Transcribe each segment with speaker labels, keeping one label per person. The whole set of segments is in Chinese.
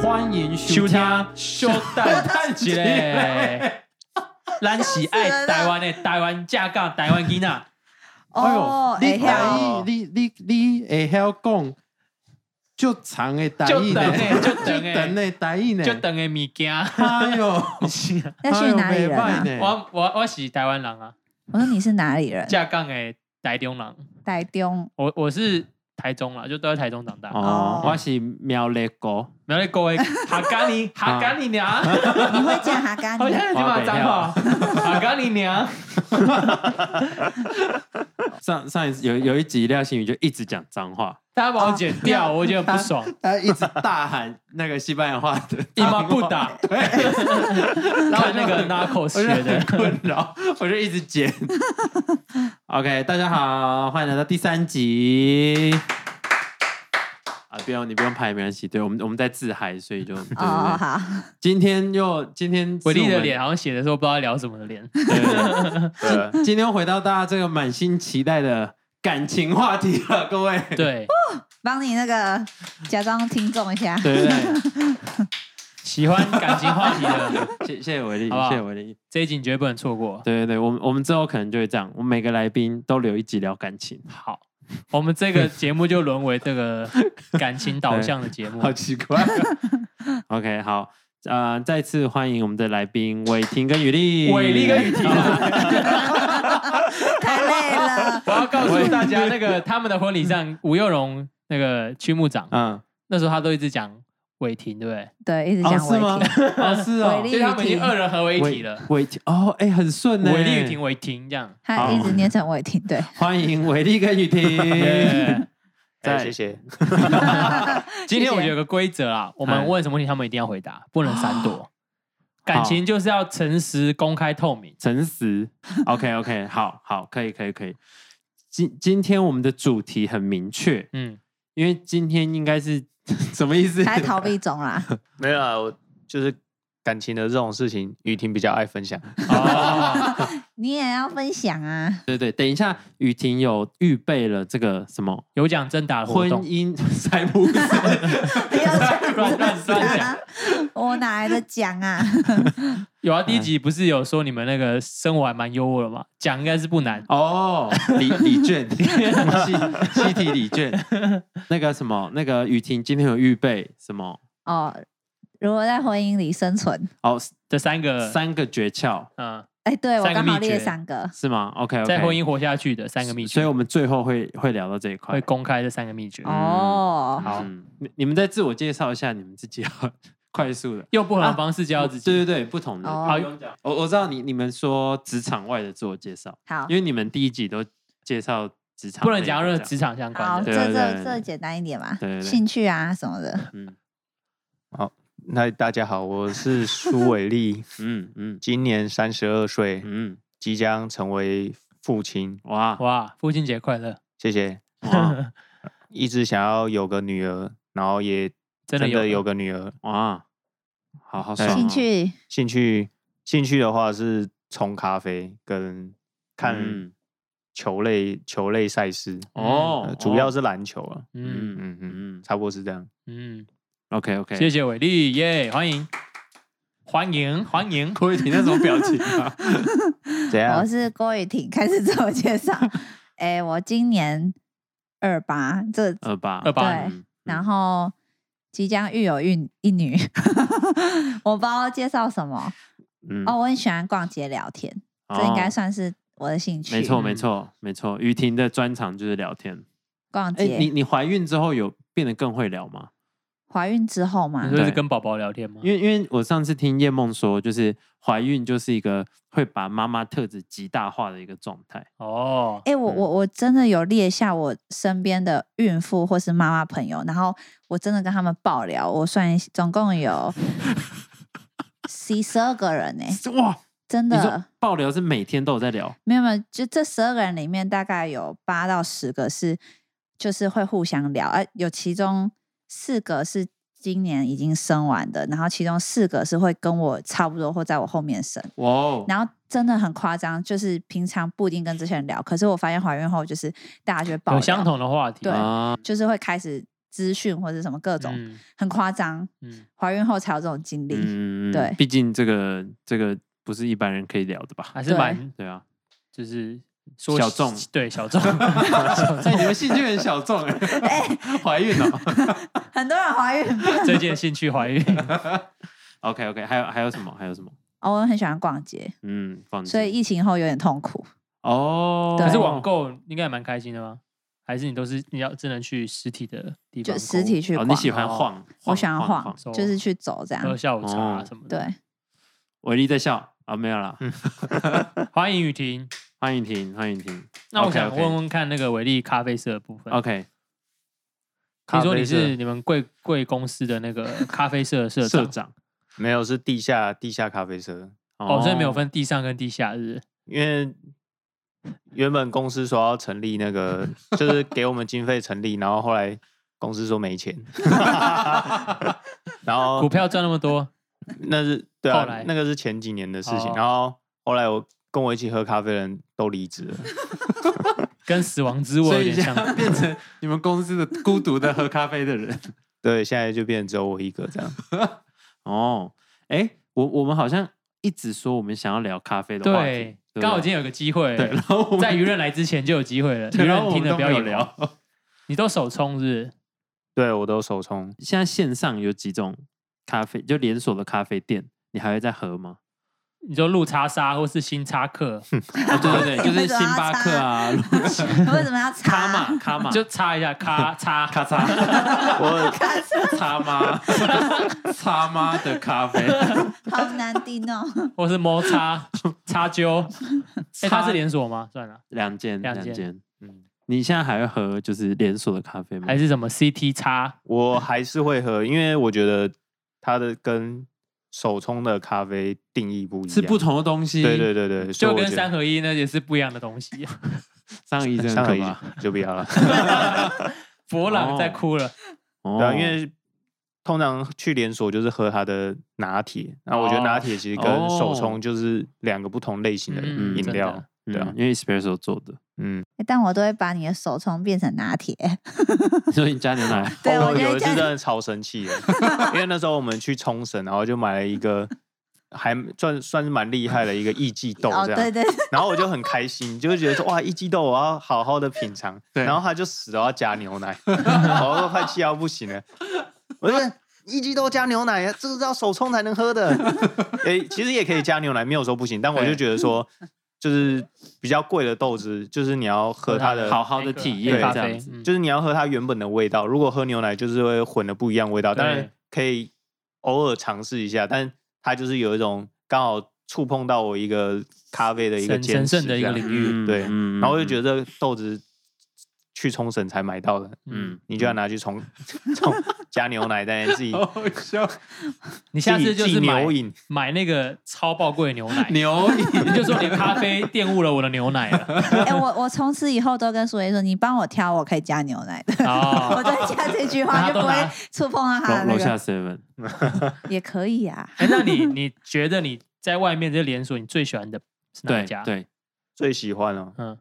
Speaker 1: 欢迎收听《小蛋蛋起来》，咱是爱台湾的 台湾架杠台湾囡仔。
Speaker 2: 哦，
Speaker 3: 哎你
Speaker 2: 会
Speaker 3: 台
Speaker 2: 晓
Speaker 3: 语，你你你会晓讲，就长的台语呢，
Speaker 1: 就长的就长的
Speaker 3: 就长的台语呢，
Speaker 1: 就等的物件。
Speaker 3: 哎 呦，
Speaker 1: 是啊
Speaker 2: 那是哪里人啊
Speaker 3: 哎呦？不错呢
Speaker 1: 我我我是台湾人啊，
Speaker 2: 我说你是哪里人？
Speaker 1: 架杠的台中人。
Speaker 2: 台中
Speaker 1: 我我是台中啦，就都在台中长大。
Speaker 3: 哦，我是苗栗国，
Speaker 1: 苗栗 各位哈嘎尼哈嘎尼娘，
Speaker 2: 你会讲哈嘎
Speaker 1: 好
Speaker 2: 尼
Speaker 1: 像？是骂脏话。哈嘎尼娘，
Speaker 3: 上上一次有有一集廖星宇就一直讲脏话，
Speaker 1: 大家把我剪掉，我觉得很不爽。
Speaker 3: 他啊一直大喊那个西班牙话的
Speaker 1: 一妈不 打，
Speaker 3: 对，然后
Speaker 1: 看那个 Narco
Speaker 3: 我就
Speaker 1: 学
Speaker 3: 很
Speaker 1: 的。
Speaker 3: 困扰， 我就一直剪。OK，大家好，欢迎来到第三集。啊，不用，你不用拍，没关系。对我们，我们在自嗨，所 以就对对对
Speaker 2: 哦，好，
Speaker 3: 今天又今天是
Speaker 1: 伟力
Speaker 3: 我
Speaker 1: 的
Speaker 3: 们
Speaker 1: 脸，好像写的时候不知道聊什么的 脸，
Speaker 3: 对对对
Speaker 4: 对，
Speaker 3: 今天又回到大家这个满心期待的感情话题了，各位。
Speaker 1: 对，
Speaker 2: 帮你那个假装听众一下。
Speaker 3: 对对
Speaker 1: 喜欢感情话题的
Speaker 3: 对， 谢谢谢维力，
Speaker 1: 好不好
Speaker 3: 谢谢维力。
Speaker 1: 这一集你绝对不能错过。
Speaker 3: 对对对，我们我们之后可能就会这样，我们每个来宾都留一集聊感情，
Speaker 1: 好，我们这个节目就沦为这个感情导向的节 目。
Speaker 3: 好奇怪哦。OK，好，呃，再次欢迎我们的来宾伟霆跟雨丽，
Speaker 1: 伟力跟雨婷啊，
Speaker 2: 太累了。
Speaker 1: 我要告诉大家，那个他们的婚礼上，吴幼荣那个曲目长，
Speaker 3: 嗯，
Speaker 1: 那时候他都一直讲伟霆，对不对？
Speaker 2: 对，一直
Speaker 3: 哦
Speaker 2: 讲
Speaker 3: 是
Speaker 2: 我
Speaker 3: 吗
Speaker 2: 听。？
Speaker 3: 哦是哦
Speaker 2: 伟，
Speaker 1: 所以他们已经二人合为一体了，
Speaker 3: 伟霆哦，哎，很顺呢。
Speaker 1: 伟力、雨婷、伟霆 这样。
Speaker 2: 他一直念成我也听，对，
Speaker 3: 欢迎伟力跟雨婷。
Speaker 1: 对，
Speaker 4: 哎
Speaker 3: 在
Speaker 4: 谢谢。
Speaker 1: 今天我们有个规则啊，我
Speaker 3: 哎
Speaker 1: 们问什么问题，他们一定要回答，不能闪躲。感情就是要诚实、公开、透明。
Speaker 3: 诚实。OK OK，好好，可以可以可以。今今天我们的主题很明确，
Speaker 1: 嗯，
Speaker 3: 因为今天应该是 什么意思？
Speaker 2: 他在逃避中啦。
Speaker 4: 没有啊，我就是感情的这种事情，雨婷比较爱分享。
Speaker 1: 哦，
Speaker 2: 你也要分享啊，
Speaker 3: 对对，等一下，雨婷有预备了这个什么
Speaker 1: 有奖征答的活
Speaker 3: 婚
Speaker 1: 动，
Speaker 3: 姻 才不是？
Speaker 2: 不要
Speaker 1: 乱乱
Speaker 2: 这样
Speaker 1: 乱
Speaker 2: 子
Speaker 1: 讲
Speaker 2: 啊！我哪来的讲啊？
Speaker 1: 有啊，第一集
Speaker 3: 嗯
Speaker 1: 不是有说你们那个生活还蛮优渥的嘛？讲应该是不难。
Speaker 3: 哦， 礼礼券，西西提礼券，那个什么，那个雨婷今天有预备什么？
Speaker 2: 哦，如何在婚姻里生存？
Speaker 3: 哦，
Speaker 1: 这三个，
Speaker 3: 三个诀窍
Speaker 1: 嗯，
Speaker 2: 哎，对我
Speaker 1: 三个
Speaker 2: 刚好
Speaker 1: 秘诀
Speaker 2: 列三个，
Speaker 3: 是吗？OK OK，
Speaker 1: 在婚姻活下去的三个秘
Speaker 3: 所以
Speaker 1: 诀，
Speaker 3: 我们最后会会聊到这一块
Speaker 1: 会。公开这三个秘诀，
Speaker 2: 哦，
Speaker 1: 好
Speaker 3: 嗯你你们再自我介绍一下你们自己，好快速的。
Speaker 1: 用不同的方式教自己。
Speaker 3: 对对对，不同的。
Speaker 2: 哦
Speaker 3: 好，我我知道你你们说职场外的自我介绍，
Speaker 2: 好
Speaker 3: 因，为你们第一集都介绍职场，
Speaker 1: 不能讲任何职
Speaker 3: 场。
Speaker 1: 场相
Speaker 2: 好，
Speaker 1: 关
Speaker 2: 这
Speaker 1: 的。
Speaker 3: 对对对
Speaker 2: 这这简单一点吧
Speaker 3: 对对，对
Speaker 2: 兴趣啊什么的。
Speaker 3: 嗯
Speaker 4: 那大家好，我是苏伟丽，
Speaker 3: 嗯嗯
Speaker 4: 今年三十二岁，
Speaker 3: 嗯，
Speaker 4: 即将成为父亲。
Speaker 3: 哇
Speaker 1: 哇，父亲节快乐！
Speaker 4: 谢谢，
Speaker 3: 哇
Speaker 4: 一直想要有个女儿，然后也
Speaker 1: 真
Speaker 4: 真
Speaker 1: 的有
Speaker 4: 的
Speaker 1: 了
Speaker 4: 有个女儿。
Speaker 3: 哇，好好
Speaker 4: 对
Speaker 3: 爽哦。
Speaker 2: 兴趣
Speaker 4: 兴趣兴趣的话是冲咖啡跟看
Speaker 3: 嗯
Speaker 4: 球类球类赛事，
Speaker 3: 哦
Speaker 4: 呃，主要
Speaker 3: 哦
Speaker 4: 是篮球啊。
Speaker 1: 嗯
Speaker 3: 嗯
Speaker 4: 嗯嗯
Speaker 3: 嗯
Speaker 4: 嗯，差不多是这样。
Speaker 1: 嗯，
Speaker 3: OK OK，
Speaker 1: 谢谢伟力耶，欢迎，欢迎，欢迎。
Speaker 3: 郭雨婷那种表情啊，
Speaker 4: 怎
Speaker 3: 哎
Speaker 4: 样
Speaker 2: 我？是郭雨婷，开始自我介绍。哎、我今年二八，这
Speaker 3: 二八
Speaker 1: 二八
Speaker 2: 对
Speaker 3: 嗯
Speaker 2: 然后即将育有孕一女， 我不知道介绍什么。
Speaker 3: 嗯
Speaker 2: 哦，我很喜欢逛街聊天，这应该算是我的兴
Speaker 3: 哦
Speaker 2: 趣。
Speaker 3: 没错没
Speaker 1: 嗯
Speaker 3: 错没错。雨婷的专长就是聊天。
Speaker 2: 逛
Speaker 3: 哎，你
Speaker 2: 街。
Speaker 3: 你怀孕之后有变得更会聊吗？
Speaker 2: 怀孕之后嘛
Speaker 1: 你，说是
Speaker 3: 对
Speaker 1: 跟宝宝聊天吗？
Speaker 3: 因为因为我上次听叶梦说，就是怀孕就是一个会把妈妈特质极大化的一个状态。
Speaker 1: 哦，
Speaker 2: 哎、
Speaker 3: 嗯
Speaker 2: 我我我真的有列下我身边的孕妇或是妈妈朋友，然后我真的跟他们爆聊，我算一下总 共有十十二个人呢、
Speaker 3: 哇，
Speaker 2: 真
Speaker 3: 你
Speaker 2: 的
Speaker 3: 说。爆聊是每天都有在聊，
Speaker 2: 没有没有，就这十二个人里面，大概有八到十个是就是会互相聊，啊，有其中四个是今年已经生完的，然后其中四个是会跟我差不多或在我后面生，
Speaker 3: 哇哦，
Speaker 2: 然后真的很夸张，就是平常不一定跟这些人聊，可是我发现怀孕后就是大家就会爆
Speaker 1: 有
Speaker 2: 聊
Speaker 1: 相，同的话题。
Speaker 2: 对
Speaker 3: 啊，
Speaker 2: 就是会开始资讯或者什么各种，
Speaker 1: 嗯
Speaker 2: 很夸张。
Speaker 1: 嗯，
Speaker 2: 怀孕后才有这种经历，
Speaker 3: 嗯
Speaker 2: 对
Speaker 3: 毕竟这个这个不是一般人可以聊的吧？
Speaker 1: 还是
Speaker 2: 对
Speaker 1: 蛮
Speaker 3: 对 啊，
Speaker 1: 就是说
Speaker 3: 小众
Speaker 1: 对小 众，小
Speaker 3: 哎，你
Speaker 1: 众
Speaker 3: 们兴趣很小众哎
Speaker 2: 哎，
Speaker 3: 怀孕哦了。
Speaker 2: 很多人怀孕。
Speaker 1: 最近兴趣怀孕，
Speaker 3: OK OK，还有还有什么？还有什么？
Speaker 2: 哦，我很喜欢逛街，
Speaker 3: 嗯，放
Speaker 2: 所以
Speaker 3: 心
Speaker 2: 疫情后有点痛苦。
Speaker 3: 哦，
Speaker 2: 对
Speaker 1: 可是网购应该也蛮开心的吗？还是你都是你要真的去实体的地方购
Speaker 2: 就
Speaker 1: 物，
Speaker 2: 实体去
Speaker 3: 哦
Speaker 2: 逛，
Speaker 3: 你喜欢晃？
Speaker 2: 我喜欢
Speaker 3: 晃
Speaker 2: 晃，
Speaker 1: 晃
Speaker 2: 就是去走这样。
Speaker 1: 喝下午茶啊
Speaker 3: 哦
Speaker 1: 什么的。
Speaker 2: 对，
Speaker 3: 伟力在笑啊，没有啦。
Speaker 1: 嗯对，欢迎雨婷。
Speaker 3: 欢迎停，欢迎停。
Speaker 1: 那我
Speaker 3: OK，OK
Speaker 1: 想问问看那个维力咖啡社的部分。
Speaker 3: OK，
Speaker 1: 听说你
Speaker 4: 咖啡
Speaker 1: 是
Speaker 4: 社
Speaker 1: 你们贵贵公司 的那个咖啡社的社
Speaker 3: 社
Speaker 1: 长，
Speaker 3: 长
Speaker 4: 没有是地下地下咖啡社，
Speaker 1: 哦，所以没有分地上跟地下日。
Speaker 4: 因为原本公司说要成立 那个，就是给我们经费成立，然后后来公司说没 钱， 然
Speaker 3: 哦
Speaker 4: 后
Speaker 1: 股票赚那么多，
Speaker 4: 那是对
Speaker 1: 后
Speaker 4: 啊
Speaker 1: 来，
Speaker 4: 那个是前几年的事情。
Speaker 1: 哦
Speaker 4: 然后后来我跟我一起喝咖啡的人都离职了，
Speaker 1: 跟死亡之
Speaker 3: 所
Speaker 1: 握有
Speaker 3: 以
Speaker 1: 点
Speaker 3: 这
Speaker 1: 像。
Speaker 3: 样变成你们公司的孤独的喝咖啡的人。
Speaker 4: 对，现在就变成只有我一个这样。
Speaker 3: 哦，哎，我我们好像一直说我们想要聊咖啡的话
Speaker 1: 对
Speaker 3: 题，，不
Speaker 1: 刚好今天有个机会，
Speaker 3: 对，然后我们
Speaker 1: 在舆论来之前就有机会了。舆
Speaker 3: 对然后
Speaker 1: 论
Speaker 3: 我
Speaker 1: 听
Speaker 3: 们
Speaker 1: 了
Speaker 3: 都没
Speaker 1: 不要
Speaker 3: 有
Speaker 1: 以为
Speaker 3: 聊。。
Speaker 1: 你都手冲是
Speaker 4: 对我都手冲，
Speaker 3: 现在线上有几种咖啡，就连锁的咖啡店，你还会再喝吗？
Speaker 1: 不是？你说路叉沙或是星叉克，
Speaker 3: 哦，对对对，就
Speaker 2: 为
Speaker 3: 是
Speaker 2: 什
Speaker 3: 星
Speaker 2: 么要
Speaker 3: 巴克啊，
Speaker 2: 为什么要
Speaker 3: 卡
Speaker 2: 擦？
Speaker 3: 玛卡玛
Speaker 1: 就擦一下咔擦
Speaker 3: 啊咔嚓， 我擦妈擦妈的咖啡，
Speaker 2: 好难听哦。
Speaker 1: 或是摩擦擦灸。哎，它
Speaker 3: 擦
Speaker 1: 是连锁吗？算了，
Speaker 3: 两间
Speaker 1: 两间
Speaker 3: 间，嗯，你现在还会喝就是连锁的咖啡吗？
Speaker 1: 还是什么 CT 叉？
Speaker 4: 我还是会喝，因为我觉得它的跟手冲的咖啡定义不一样，
Speaker 3: 是不。同的东西？
Speaker 4: 对对对对，
Speaker 1: 嗯就
Speaker 4: 所以我
Speaker 1: 跟
Speaker 4: 觉得
Speaker 1: 三合一那也是不一样的东西。
Speaker 3: 上一阵
Speaker 4: 三合
Speaker 3: 可
Speaker 4: 一
Speaker 3: 吧？
Speaker 4: 就不要了。
Speaker 1: 博朗在哭了，
Speaker 3: 哦
Speaker 4: 对啊，因为通常去连锁就是喝它的拿铁，那我觉得拿铁其实跟手
Speaker 3: 哦
Speaker 4: 冲就是两个不同类型的
Speaker 1: 嗯
Speaker 4: 饮
Speaker 1: 真
Speaker 4: 料。
Speaker 1: 的
Speaker 3: 对
Speaker 4: 对
Speaker 3: 啊
Speaker 4: 啊，
Speaker 3: 因为 espresso 做的，
Speaker 4: 嗯，
Speaker 2: 但我都会把你的手冲变成拿铁。
Speaker 3: 所以你加牛奶，
Speaker 2: 对
Speaker 4: 哦
Speaker 2: 我觉得
Speaker 4: 有一次
Speaker 2: 这
Speaker 4: 真的超生气的，因为那时候我们去冲绳，然后就买了一个还算算是蛮厉害的一个艺伎豆
Speaker 2: 哦，
Speaker 4: 这
Speaker 2: 对
Speaker 4: 样。
Speaker 2: 对，
Speaker 4: 然后我就很开心，就会觉得说哇，一季豆我要好好的品尝。
Speaker 3: 对
Speaker 4: 然后他就死都要加牛奶， 我都快气到不行了。我就说一季豆加牛奶，这是要手冲才能喝的。 诶、其实也可以加牛奶，没有说不行。但我就觉得说，就是比较贵的豆汁，就是你要喝它的，
Speaker 3: 好好的体验
Speaker 1: 黑咖
Speaker 3: 这样
Speaker 1: 啡
Speaker 3: 子，
Speaker 1: 嗯
Speaker 4: 就是你要喝它原本的味道。如果喝牛奶，就是会混的不一样味道。
Speaker 1: 对
Speaker 4: 当然可以偶尔尝试一下，但它就是有一种刚好触碰到我一个咖啡的一个
Speaker 1: 神
Speaker 4: 坚
Speaker 1: 神
Speaker 4: 持
Speaker 1: 圣的一个
Speaker 4: 这
Speaker 1: 领
Speaker 4: 样
Speaker 1: 域。
Speaker 4: 对，
Speaker 3: 嗯
Speaker 4: 然后我就觉，得豆子去冲绳才买到的，
Speaker 1: 嗯，哦
Speaker 4: 你就要拿去冲 冲加牛奶，但自己
Speaker 3: 好笑，
Speaker 1: 你下次就
Speaker 4: 自己
Speaker 1: 是买
Speaker 4: 牛饮，
Speaker 1: 买那个超爆贵的牛奶，
Speaker 3: 牛饮
Speaker 1: 你就说你的咖啡玷污了我的牛奶 了
Speaker 2: 哎，我我从此以后都跟苏威说，你帮我挑，我可以加牛奶的。我
Speaker 1: 哦。
Speaker 2: 再加这句话就不会触碰到他的
Speaker 3: 楼
Speaker 2: 那
Speaker 3: 楼下
Speaker 2: 个，
Speaker 3: seven，
Speaker 2: 也可以啊。
Speaker 1: 哎，那你你觉得你在外面这些连锁，你最喜欢的是哪
Speaker 3: 对
Speaker 1: 一家？，
Speaker 3: 对，
Speaker 4: 最喜欢哦。
Speaker 1: 嗯，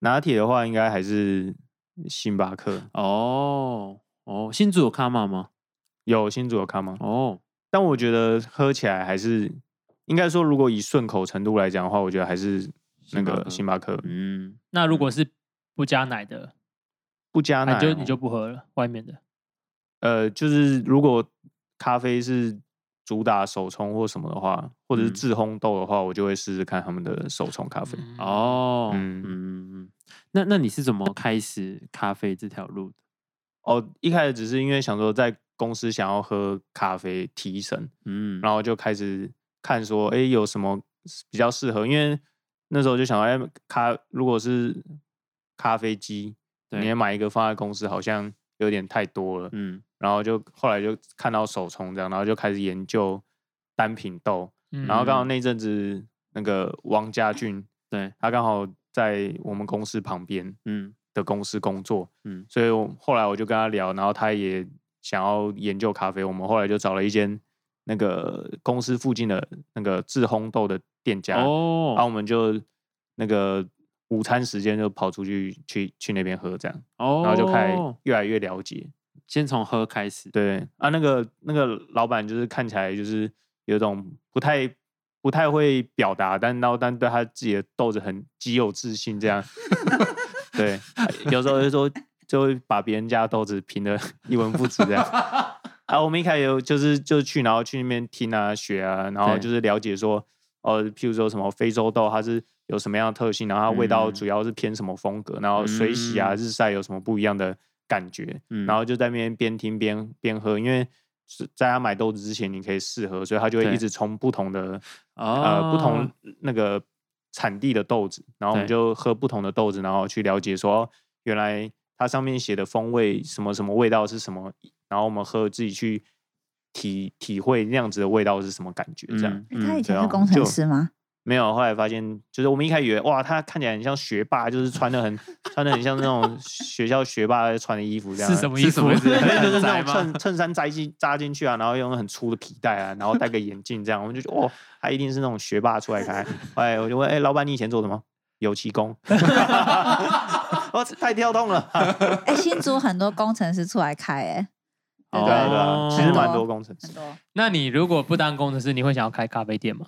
Speaker 4: 拿铁的话，应该还是星巴克，
Speaker 3: 哦哦，新竹有卡玛吗？
Speaker 4: 有新竹有咖吗？
Speaker 3: 哦，
Speaker 4: 但我觉得喝起来还是，应该说如果以顺口程度来讲的话，我觉得还是那
Speaker 3: 星巴
Speaker 4: 个
Speaker 3: 克
Speaker 4: 星巴克
Speaker 3: 嗯，
Speaker 1: 那如果是不加奶的，
Speaker 4: 不加奶
Speaker 1: 那
Speaker 4: 哦，
Speaker 1: 你就你就不喝了，外面的。
Speaker 4: 呃，就是如果咖啡是主打手冲或什么的话，或者是
Speaker 3: 嗯
Speaker 4: 自烘豆的话，我就会试试看他们的手冲咖啡。
Speaker 1: 嗯，
Speaker 3: 哦，嗯
Speaker 4: 嗯
Speaker 3: 嗯嗯，那那你是怎么开始咖啡这条路的？
Speaker 4: 哦，一开始只是因为想说在公司想要喝咖啡提神，
Speaker 3: 嗯，
Speaker 4: 然后就开始看说，哎，有什么比较适合？因为那时候就想到，哎，咖如果是咖啡机，
Speaker 3: 对
Speaker 4: 你也买一个放在公司，好像有点太多了。
Speaker 3: 嗯
Speaker 4: 然后就后来就看到手冲这样，然后就开始研究单品豆，
Speaker 1: 嗯
Speaker 4: 然后刚好
Speaker 3: 嗯
Speaker 4: 那阵子那个王家俊，
Speaker 3: 对，
Speaker 4: 他刚好在我们公司旁边
Speaker 3: 嗯
Speaker 4: 的公司工作，
Speaker 3: 嗯，
Speaker 4: 所以我后来我就跟他聊，然后他也想要研究咖啡，我们后来就找了一间那个公司附近的那个自烘豆的店家，啊然后我
Speaker 3: 哦
Speaker 4: 们就那个午餐时间就跑出去去去那边喝这样，
Speaker 3: 哦，
Speaker 4: 然后就开始越来越了解。
Speaker 3: 先从喝开始。
Speaker 4: 对啊，那个那个老板就是看起来就是有一种不太不太会表达，但到但对他自己的豆子很极有自信，这样。 对， 有时候就说就会把别人家的豆子评的一文不值 这样。啊，我们一开始有就是就去，然后去那边听啊学啊，然后
Speaker 3: 对
Speaker 4: 就是了解说，哦，譬如说什么非洲豆它是有什么样的特性，然后它味道
Speaker 3: 嗯
Speaker 4: 主要是偏什么风格，然后水洗啊、
Speaker 3: 嗯
Speaker 4: 日晒有什么不一样的感觉。
Speaker 3: 嗯
Speaker 4: 然后就在那边边听边边喝，因为是在他买豆子之前你可以试喝，所以他就会
Speaker 3: 对
Speaker 4: 一直从不同的、
Speaker 3: 哦
Speaker 4: 呃不同那个产地的豆子，然后我们
Speaker 3: 对
Speaker 4: 就喝不同的豆子，然后去了解说哦原来它上面写的风味什么什么味道是什么，然后我们喝自己去体体会那样子的味道是什么感觉，这样。
Speaker 3: 嗯
Speaker 2: 诶
Speaker 3: 嗯
Speaker 2: 哎他以
Speaker 4: 对
Speaker 2: 前
Speaker 4: 啊
Speaker 2: 是工程
Speaker 4: 就
Speaker 2: 师 吗？
Speaker 4: 没有，后来发现就是我们一开始以为哇，他看起来很像学霸，就是穿的很穿的很像那种学校学霸穿的衣服这样。啊
Speaker 1: 是什么意
Speaker 3: 是
Speaker 1: 思
Speaker 3: 什？么意 思？
Speaker 4: 对，就
Speaker 3: 很
Speaker 4: 是那
Speaker 3: 窄
Speaker 4: 种
Speaker 3: 吗
Speaker 4: 衬？衬衫扎进扎进去啊，然后用很粗的皮带啊，然后戴个眼镜这样，我们就觉得哦，他一定是那种学霸出来 开。哎，我就问，哎，老板你以前做什么？油漆工。 哦，太跳动了。
Speaker 2: 哎、新竹很多工程师出来开、诶
Speaker 4: 对
Speaker 2: 对
Speaker 4: 啊
Speaker 2: 不
Speaker 4: 对
Speaker 2: 对
Speaker 4: 啊，
Speaker 1: 哦
Speaker 4: 其实
Speaker 2: 很
Speaker 4: 蛮
Speaker 2: 多
Speaker 4: 多工程师
Speaker 2: 很。多。
Speaker 1: 那你如果不当工程师，你会想要开咖啡店吗？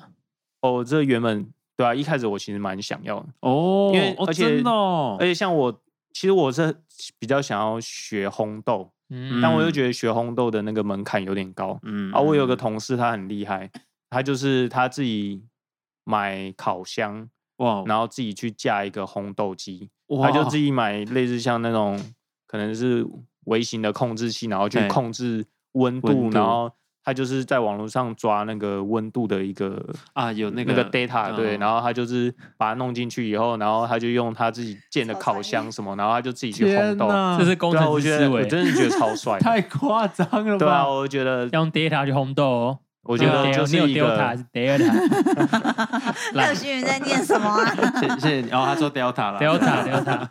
Speaker 4: 哦，这原本对啊，一开始我其实蛮想要的，
Speaker 3: 哦，
Speaker 4: 因为
Speaker 3: 哦
Speaker 4: 而且
Speaker 3: 真的哦，
Speaker 4: 而且像我，其实我是比较想要学烘豆，
Speaker 1: 嗯，
Speaker 4: 但我又觉得学烘豆的那个门槛有点高。
Speaker 3: 嗯
Speaker 4: 啊，我有个
Speaker 3: 嗯
Speaker 4: 同事他很厉害，他就是他自己买烤箱，
Speaker 3: 哇，
Speaker 4: 然后自己去架一个烘豆机，
Speaker 3: 哇
Speaker 4: 他就自己买类似像那种可能是微型的控制器，然后去
Speaker 3: 对
Speaker 4: 控制
Speaker 3: 温
Speaker 4: 温
Speaker 3: 度
Speaker 4: 度，然后他就是在网络上抓那个温度的一个
Speaker 3: 啊有那
Speaker 4: 那
Speaker 3: 个
Speaker 4: 个 data 对，
Speaker 3: 嗯
Speaker 4: 然后他就是把它弄进去以后，然后他就用他自己建的
Speaker 2: 超
Speaker 4: 烤
Speaker 2: 专
Speaker 4: 箱
Speaker 2: 业
Speaker 4: 什么，然后他就自己去烘豆。
Speaker 1: 这是工
Speaker 4: 对啊，
Speaker 1: 程
Speaker 4: 我
Speaker 1: 师
Speaker 4: 觉
Speaker 1: 思
Speaker 4: 得我
Speaker 1: 维，
Speaker 4: 真的觉得超 帅的。
Speaker 3: 太夸张了吧？
Speaker 4: 对啊，我觉得
Speaker 1: 要用 data 去烘豆哦。
Speaker 4: 我觉得
Speaker 1: 你
Speaker 4: 就
Speaker 1: 有
Speaker 4: 是
Speaker 1: Del- 你
Speaker 4: 一
Speaker 1: 有
Speaker 4: 个
Speaker 1: delta 还是 delta
Speaker 2: 廖星云在念什么啊？
Speaker 3: 谢谢你哦，他说 Delta 了
Speaker 1: delta delta，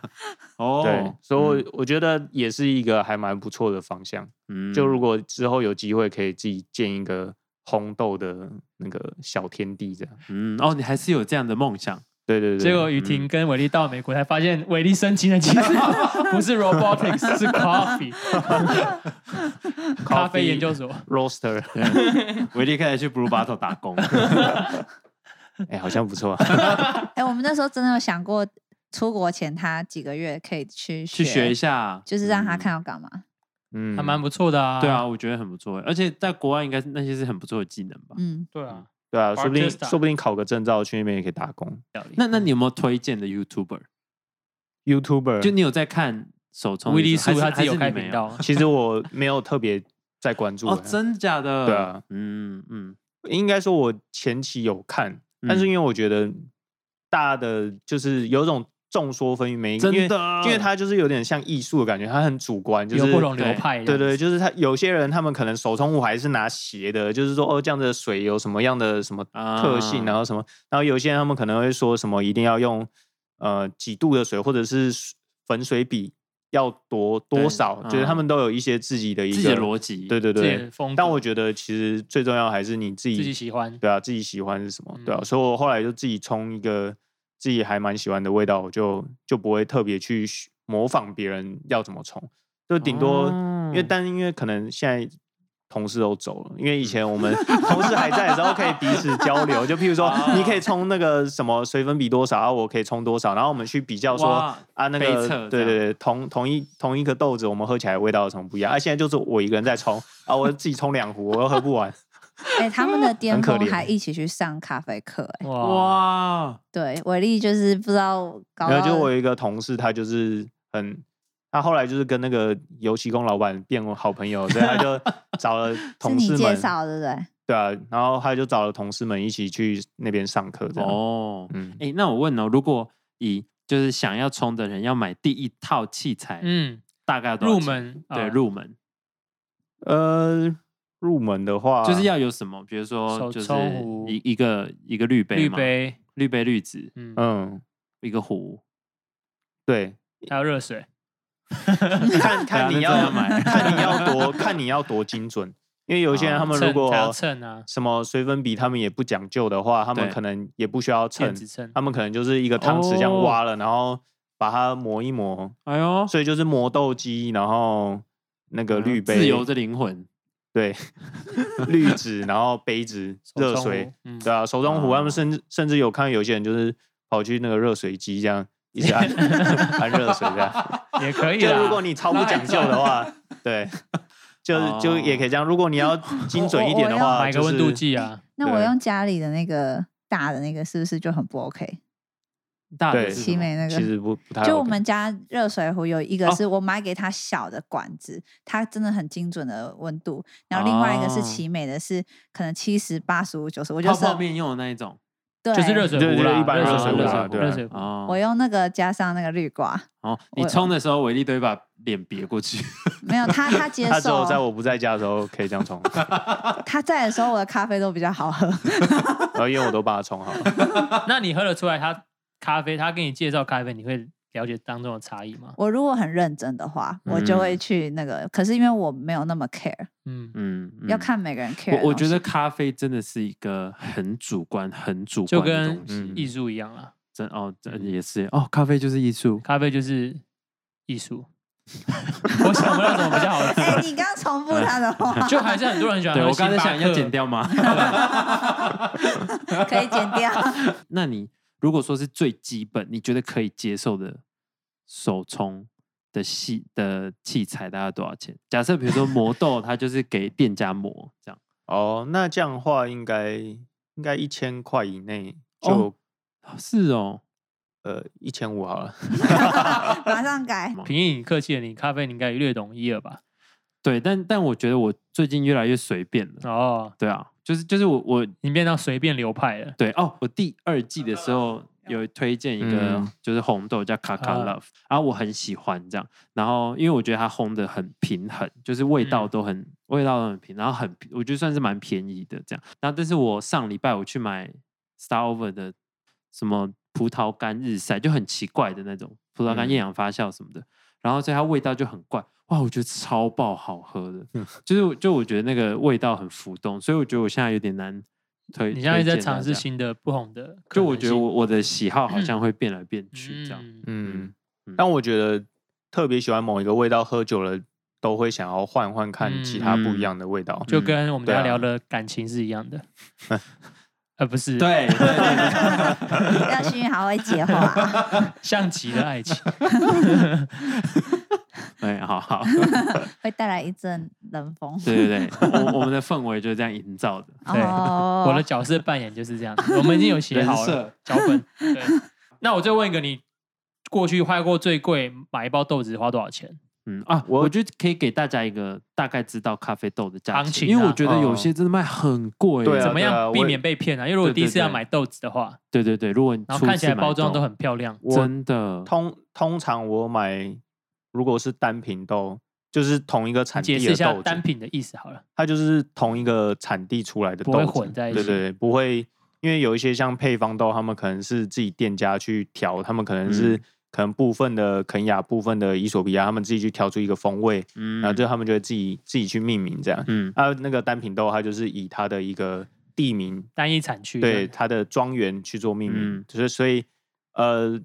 Speaker 3: 哦，
Speaker 4: 对，所
Speaker 1: 嗯
Speaker 4: 以我我觉得也是一个还蛮不错的方向。
Speaker 3: 嗯
Speaker 4: 就如果之后有机会可以自己建一个烘豆的那个小天地，这样。
Speaker 3: 嗯哦，你还是有这样的梦想，
Speaker 4: 对对对。
Speaker 1: 结果雨婷跟伟力到美国才发现，伟力申请的其实不是 robotics，是 coffee 咖啡研究所。
Speaker 4: 嗯 roaster，
Speaker 3: 我一定开始去 Blue Bottle 打 工。
Speaker 4: 哎，好像不错。
Speaker 2: 哎、我们那时候真的有想过，出国前他几个月可以去
Speaker 3: 去学一下，
Speaker 2: 就是让他
Speaker 3: 嗯。
Speaker 2: 看要干嘛。
Speaker 4: 嗯，
Speaker 1: 还蛮不错的啊。
Speaker 3: 对啊，，我觉得很不错，而且在国外应该是那些是很不错的技能吧。
Speaker 2: 嗯，
Speaker 1: 对啊。
Speaker 4: 对啊，说不定
Speaker 1: Bartista
Speaker 4: 说不定考个证照去那边也可以打工。
Speaker 3: 那那你有没有推荐的 YouTuber？
Speaker 4: 嗯 YouTuber，
Speaker 3: 就你有在看手冲的时候？
Speaker 1: 威力
Speaker 3: 还
Speaker 1: 树
Speaker 3: 是
Speaker 1: 他自己有开
Speaker 3: 还是你没
Speaker 1: 频道，
Speaker 4: 其实我没有特别在关注
Speaker 3: 哦，
Speaker 4: 欸
Speaker 3: 真假的？
Speaker 4: 对啊，
Speaker 3: 嗯嗯，
Speaker 4: 应该说我前期有看，但是因为我觉得大家的就是有种众说纷纭，每一个
Speaker 3: 真
Speaker 4: 因为
Speaker 3: 的
Speaker 4: 因为它就是有点像艺术的感觉，它很主观，就是
Speaker 1: 有不同流派。
Speaker 4: 对对，，就是他有些人他们可能手冲壶还是拿斜的，就是说哦这样子的水有什么样的什么特性，
Speaker 3: 啊
Speaker 4: 然后什么，然后有些人他们可能会说什么一定要用呃几度的水或者是水粉水比要多
Speaker 3: 对
Speaker 4: 多少，就是他
Speaker 3: 嗯
Speaker 4: 们都有一些自己的一个
Speaker 3: 自己的逻辑，
Speaker 4: 对对
Speaker 1: 自己的
Speaker 4: 对。
Speaker 1: 风格。
Speaker 4: 但我觉得其实最重要还是你自己
Speaker 1: 自己喜欢。
Speaker 4: 对啊，自己喜欢是什么？对啊，
Speaker 1: 嗯
Speaker 4: 所以我后来就自己冲一个自己还蛮喜欢的味道，我就就不会特别去学模仿别人要怎么冲，就顶多、因为
Speaker 3: 哦
Speaker 4: 但因为可能现在。同事都走了，
Speaker 3: 嗯
Speaker 4: 因为以前我们同事还在的时候可以彼此交流，就譬如说
Speaker 3: 哦
Speaker 4: 你可以冲那个什么水粉比多少，啊，我可以冲多少，然后我们去比较说
Speaker 3: 哇
Speaker 4: 啊那
Speaker 3: 杯
Speaker 4: 个
Speaker 3: 测
Speaker 4: 对对
Speaker 3: 这样
Speaker 4: 对，同同一同一颗豆子，我们喝起来味道有什么不一样？啊，现在就是我一个人在冲啊，我自己冲两壶，我又喝不完，
Speaker 2: 哎、他们的巅
Speaker 4: 很可
Speaker 2: 峰
Speaker 4: 怜欸
Speaker 2: 还一起去上咖啡课、哎，
Speaker 1: 哇，
Speaker 3: 哇，
Speaker 2: 对，伟力就是不知道搞
Speaker 4: 没
Speaker 2: 到
Speaker 4: 有，就我有一个同事，他就是很，他后来就是跟那个油漆工老板变为好朋友，所以 他就找了
Speaker 2: 是
Speaker 4: 同
Speaker 2: 你
Speaker 4: 事
Speaker 2: 介
Speaker 4: 们，
Speaker 2: 绍的对不对？
Speaker 4: 对啊，然后他就找了同事们一起去那边上课，这样，
Speaker 3: 哦，
Speaker 4: 嗯，
Speaker 3: 哎，那我问哦，如果以就是想要冲的人要买第一套器材，
Speaker 1: 嗯，
Speaker 3: 大概多少
Speaker 1: 入
Speaker 3: 钱
Speaker 1: 门
Speaker 3: 对
Speaker 1: 呃
Speaker 3: 入门
Speaker 4: 呃，入门的话，
Speaker 3: 就是要有什么，比如说
Speaker 1: 手
Speaker 3: 就是
Speaker 1: 冲壶
Speaker 3: 一一个一个滤杯
Speaker 1: 滤
Speaker 3: 嘛
Speaker 1: 杯，
Speaker 3: 滤杯滤纸
Speaker 1: 嗯，
Speaker 4: 嗯，
Speaker 3: 一个壶，
Speaker 4: 对，
Speaker 1: 还有热水，
Speaker 4: 看看
Speaker 3: 对啊那
Speaker 4: 你
Speaker 3: 真的
Speaker 4: 要
Speaker 3: 要买
Speaker 4: 看你要多看你要多精准，因为有些人他们如
Speaker 1: 秤
Speaker 4: 果
Speaker 1: 还要称啊，
Speaker 4: 什么水粉比他们也不讲究的话，他们
Speaker 3: 对
Speaker 4: 可能也不需要
Speaker 1: 电
Speaker 4: 秤，
Speaker 1: 子秤
Speaker 4: 他。们可能就是一个汤匙这样
Speaker 3: 哦
Speaker 4: 挖了，然后把它磨一磨。
Speaker 3: 哎呦，
Speaker 4: 所以就是磨豆机，然后那个滤杯，
Speaker 3: 啊自由的灵魂，
Speaker 4: 对，滤纸，然后杯子、热水，
Speaker 3: 嗯，
Speaker 4: 对啊，手中壶，
Speaker 3: 哦
Speaker 4: 他们甚至甚至有看有些人就是跑去那个热水机这样一直按 按热水这样。
Speaker 1: 也可以
Speaker 4: 啊就
Speaker 1: 啦。
Speaker 4: 如果你超不讲究的话，对，就是就也可以这样。如果你要精准一点的
Speaker 2: 我
Speaker 4: 话，
Speaker 1: 买个温度计啊，
Speaker 2: 那我
Speaker 4: 对
Speaker 2: 用家里的那个大的那个是不是就很不 OK？
Speaker 3: 大
Speaker 4: 对
Speaker 3: 的
Speaker 4: 是
Speaker 2: 奇美那
Speaker 4: 就是其
Speaker 2: 个。
Speaker 4: 实不不太
Speaker 2: 就我
Speaker 4: OK
Speaker 2: 们家热水壶有一个
Speaker 3: 哦
Speaker 2: 是我买给它小的管子，它真的很精准的温度。然后另外一个
Speaker 3: 哦
Speaker 2: 是奇美的是可能七十、八十五、九十，我就
Speaker 3: 泡
Speaker 2: 是
Speaker 3: 泡面用的那一种
Speaker 2: 对，
Speaker 1: 就是热水壶
Speaker 4: 对
Speaker 1: 啦，
Speaker 4: 对一般
Speaker 1: 热
Speaker 4: 热
Speaker 1: 水
Speaker 4: 水
Speaker 1: 壶
Speaker 4: 壶
Speaker 1: 啦
Speaker 4: 啦，对啊
Speaker 1: 热水壶。
Speaker 3: 哦。
Speaker 2: 我用那个加上那个绿瓜，
Speaker 3: 哦，你冲的时候，伟力都会把脸别过去。
Speaker 2: 没有他他 接
Speaker 4: 他只有
Speaker 2: 受，
Speaker 4: 在我不在家的时候可以这样冲，
Speaker 2: 他在的时候我的咖啡都比较好喝。
Speaker 4: 然后因为我都帮他冲好了。
Speaker 1: 那你喝得出来他咖啡，他给你介绍咖啡，你会了解当中的差异吗？
Speaker 2: 我如果很认真的话，我就会去那个。可是因为我没有那么 care，、
Speaker 1: 嗯，
Speaker 4: 嗯，嗯
Speaker 2: 要看啊每个人 care 的东西。
Speaker 3: 我我觉得咖啡真的是一个很主观、很主
Speaker 1: 就
Speaker 3: 观的
Speaker 1: 跟
Speaker 3: 东
Speaker 4: 嗯
Speaker 3: 西。
Speaker 1: 艺术一样啦，
Speaker 3: 真哦，真也是哦，咖啡就是艺术。
Speaker 1: 咖啡就是艺术。 我想不到什么比较好的
Speaker 2: 哎、
Speaker 1: 词，，
Speaker 2: 你刚刚重复他的话
Speaker 1: 就还是很多人喜欢
Speaker 3: 对
Speaker 1: 喝
Speaker 3: 我
Speaker 1: 星
Speaker 3: 刚才
Speaker 1: 巴
Speaker 3: 想要
Speaker 1: 克
Speaker 3: 剪掉吗？
Speaker 2: 可以剪掉。
Speaker 3: 那你如果说是最基本，你觉得可以接受的手冲的器的器材大概多少钱？假设比如说磨豆，它就是给店家磨这样，
Speaker 4: 哦，那这样的话应该应该一千块以内就、
Speaker 3: 哦是哦，
Speaker 4: 呃一千五好了。
Speaker 2: 马上改。
Speaker 1: 平易你客气了，你咖啡你应该略懂一二吧？
Speaker 3: 对，但但我觉得我最近越来越随便了，
Speaker 1: 哦，
Speaker 3: 对啊，就是就是我我
Speaker 1: 你变到随便流派了。
Speaker 3: 对哦，我第二季的时候有推荐一个
Speaker 4: 嗯
Speaker 3: 就是红豆叫 Kaka
Speaker 1: 啊
Speaker 3: Love，然后我很喜欢这样，然后因为我觉得它烘的很平衡，就是味道
Speaker 1: 嗯
Speaker 3: 都很味道都很平，然后很我觉得算是蛮便宜的这样。然后但是我上礼拜我去买 Star Over 的什么葡萄干日晒，就很奇怪的那种葡萄干
Speaker 4: 嗯
Speaker 3: 厌氧发酵什么的，然后所以它味道就很怪。哇，我觉得超爆好喝 的，就是就我觉得那个味道很浮动，所以我觉得我现在有点难推。
Speaker 1: 你现在
Speaker 3: 推
Speaker 1: 在
Speaker 3: 荐大
Speaker 1: 尝
Speaker 3: 家
Speaker 1: 试新的不同的可
Speaker 3: 就
Speaker 1: 能性，
Speaker 3: 我觉得我我的喜好好像会变来变去这样。
Speaker 1: 嗯
Speaker 4: 嗯，
Speaker 3: 嗯
Speaker 4: 但我觉得特别喜欢某一个味道，喝久了都会想要换换看其他不一样的味道。
Speaker 1: 嗯就
Speaker 3: 嗯
Speaker 1: 跟我们
Speaker 4: 对
Speaker 1: 家
Speaker 4: 啊
Speaker 1: 聊的感情是一 样的，呃，不是，，
Speaker 3: 对对对
Speaker 2: 要幸运好会接话，
Speaker 1: 像极了爱情。
Speaker 3: 对，哎好好，
Speaker 2: 会带来一阵冷风。
Speaker 3: 对对对，我我们的氛围就是这样营造的。
Speaker 1: 对
Speaker 2: 哦，
Speaker 1: 我的角色扮演就是这样，我们已经有写好了
Speaker 3: 设
Speaker 1: 脚本。对，那我再问一个，你过去花过最贵买一包豆子花多少钱？
Speaker 3: 嗯啊，我觉得可以给大家一个大概知道咖啡豆的价
Speaker 1: 行
Speaker 3: 钱，
Speaker 1: 情
Speaker 3: 因为我
Speaker 1: 啊
Speaker 3: 觉得有
Speaker 4: 哦
Speaker 3: 些真的卖很贵。
Speaker 4: 对啊
Speaker 1: 怎么样
Speaker 4: 我
Speaker 1: 避
Speaker 4: 也
Speaker 1: 免被骗啊？因为如果
Speaker 3: 对
Speaker 1: 第一次
Speaker 3: 对
Speaker 1: 要
Speaker 3: 对
Speaker 1: 买豆子的话，
Speaker 3: 对对对，如果你
Speaker 1: 然
Speaker 3: 初
Speaker 1: 后看起
Speaker 3: 次
Speaker 1: 来
Speaker 3: 买
Speaker 1: 包装
Speaker 3: 豆
Speaker 1: 都很漂亮，
Speaker 4: 我
Speaker 3: 真
Speaker 1: 呃
Speaker 3: 的，
Speaker 4: 通通常我买，如果是单品豆，就是同一个产
Speaker 1: 解
Speaker 4: 地
Speaker 1: 释一
Speaker 4: 的
Speaker 1: 下
Speaker 4: 豆
Speaker 1: 单
Speaker 4: 子，
Speaker 1: 品的意思好了。
Speaker 4: 它就是同一个产地出来的
Speaker 1: 不
Speaker 4: 豆
Speaker 1: 会
Speaker 4: 子，
Speaker 1: 混在一
Speaker 4: 对
Speaker 1: 起
Speaker 4: 对对，不会，因为有一些像配方豆，他们可能是自己店家去调，他们可能是、可能部分的肯雅、部分的伊索比亚，他们自己去调出一个风味，
Speaker 3: 嗯
Speaker 4: 然啊后就他们就会自己自己去命名这样。
Speaker 3: 嗯
Speaker 4: 啊，那个单品豆，它就是以它的一个地名，
Speaker 1: 单一产区
Speaker 4: 对
Speaker 1: 这样
Speaker 4: 它的庄园去做命名
Speaker 3: 嗯，
Speaker 4: 就是所以呃，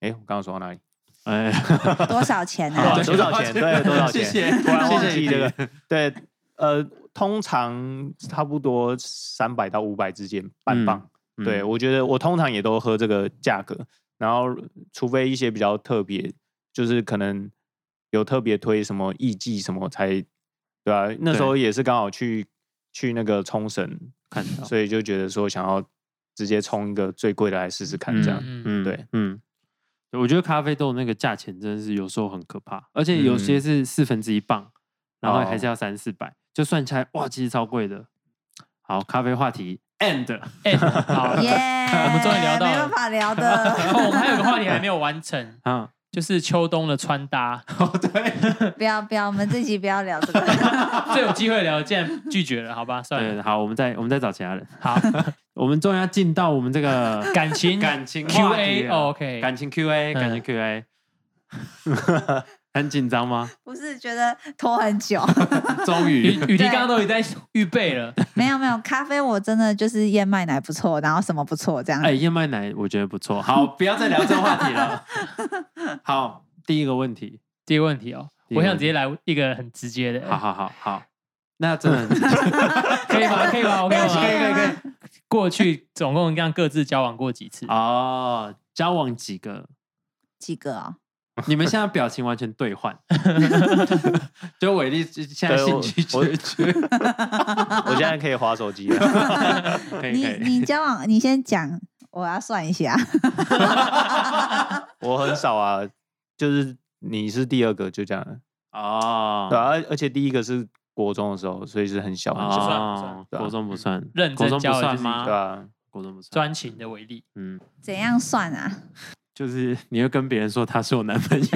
Speaker 4: 哎，我刚刚说到哪里？
Speaker 3: 哎，
Speaker 2: 多少钱呢、
Speaker 4: 啊
Speaker 3: 对
Speaker 4: 多少钱？对，多少 钱？
Speaker 3: 谢谢
Speaker 4: 突然忘
Speaker 3: 谢谢
Speaker 4: 记
Speaker 3: 你
Speaker 4: 这个，对，呃，通常差不多三百到五百之间，半磅。
Speaker 3: 嗯
Speaker 4: 对，我觉得我通常也都喝这个价格，然后除非一些比较特别，就是可能有特别推什么艺伎什么才，对啊，那时候也是刚好去去那个冲绳，
Speaker 3: 看到，
Speaker 4: 所以就觉得说想要直接冲一个最贵的来试试看，这样。
Speaker 1: 嗯
Speaker 3: 嗯，
Speaker 4: 对，
Speaker 3: 嗯。对我觉得咖啡豆那个价钱真的是有时候很可怕，而且有些
Speaker 4: 嗯
Speaker 3: 是四分之一磅，然后还是
Speaker 4: 哦
Speaker 3: 要三四百，就算起来哇，其实超贵的。好，咖啡话题 end。
Speaker 1: 哎，好，
Speaker 2: 耶、
Speaker 1: 我们终于聊到了
Speaker 2: 没办法聊的，
Speaker 1: 哦我们还有个话题还没有完成，
Speaker 3: 啊，
Speaker 1: 就是秋冬的穿搭。
Speaker 2: 不要不要，我们这集不要聊这个。
Speaker 1: 最有机会聊，竟然拒绝了，好吧，算
Speaker 3: 对，
Speaker 1: 了。
Speaker 3: 好，我们再我们再找其他人。
Speaker 1: 好，
Speaker 3: 我们终于要进到我们这个
Speaker 1: 感情
Speaker 3: 感情话题
Speaker 1: Q&A
Speaker 3: 了
Speaker 1: OK，
Speaker 3: 感情 Q&A 感情 Q&A，很紧张吗？
Speaker 2: 不是觉得拖很久，
Speaker 3: 终
Speaker 1: 雨
Speaker 3: 于，
Speaker 1: 雨迪刚刚都已经在预备了，
Speaker 2: 没有没有，咖啡我真的就是燕麦奶不错，然后什么不错这样。
Speaker 3: 哎，燕麦奶我觉得不错。好，不要再聊这个话题了。好，第一个问题，
Speaker 1: 第一个问题哦，
Speaker 3: 第一
Speaker 1: 我想
Speaker 3: 问
Speaker 1: 直接来一个很直接的，
Speaker 3: 好好好好，那真的
Speaker 2: 嗯
Speaker 3: 很直接
Speaker 1: 可以吗？可以吗？我可以吗？
Speaker 2: 可以可以可以。
Speaker 1: 过去总共这样各自交往过几次？
Speaker 3: 哦，交往几个？
Speaker 2: 几个哦，
Speaker 3: 你们现在表情完全兑 换，就伟力现在
Speaker 4: 对
Speaker 3: 兴
Speaker 4: 我
Speaker 3: 趣
Speaker 4: 我
Speaker 3: 缺缺，嗯
Speaker 4: 我现在可以划手机了，
Speaker 3: 可以
Speaker 2: 你
Speaker 3: 可以，
Speaker 2: 你交往，你先讲，我要算 一下。
Speaker 4: 我很少啊，就是你是第二个，就这样了，
Speaker 3: 哦，
Speaker 4: 对啊，而而且第一个是国中的时候，所以是很小很小，
Speaker 1: 算不算
Speaker 3: 哦，
Speaker 4: 对啊
Speaker 3: 国中不算，
Speaker 1: 认
Speaker 3: 国
Speaker 1: 真
Speaker 3: 中不
Speaker 1: 交的
Speaker 3: 算
Speaker 1: 就是
Speaker 4: 对
Speaker 3: 吗？
Speaker 4: 啊，
Speaker 3: 国中不算，
Speaker 1: 专情的为例，
Speaker 3: 嗯，
Speaker 2: 怎样算啊？
Speaker 3: 就是你会跟别人说他是我男朋 友，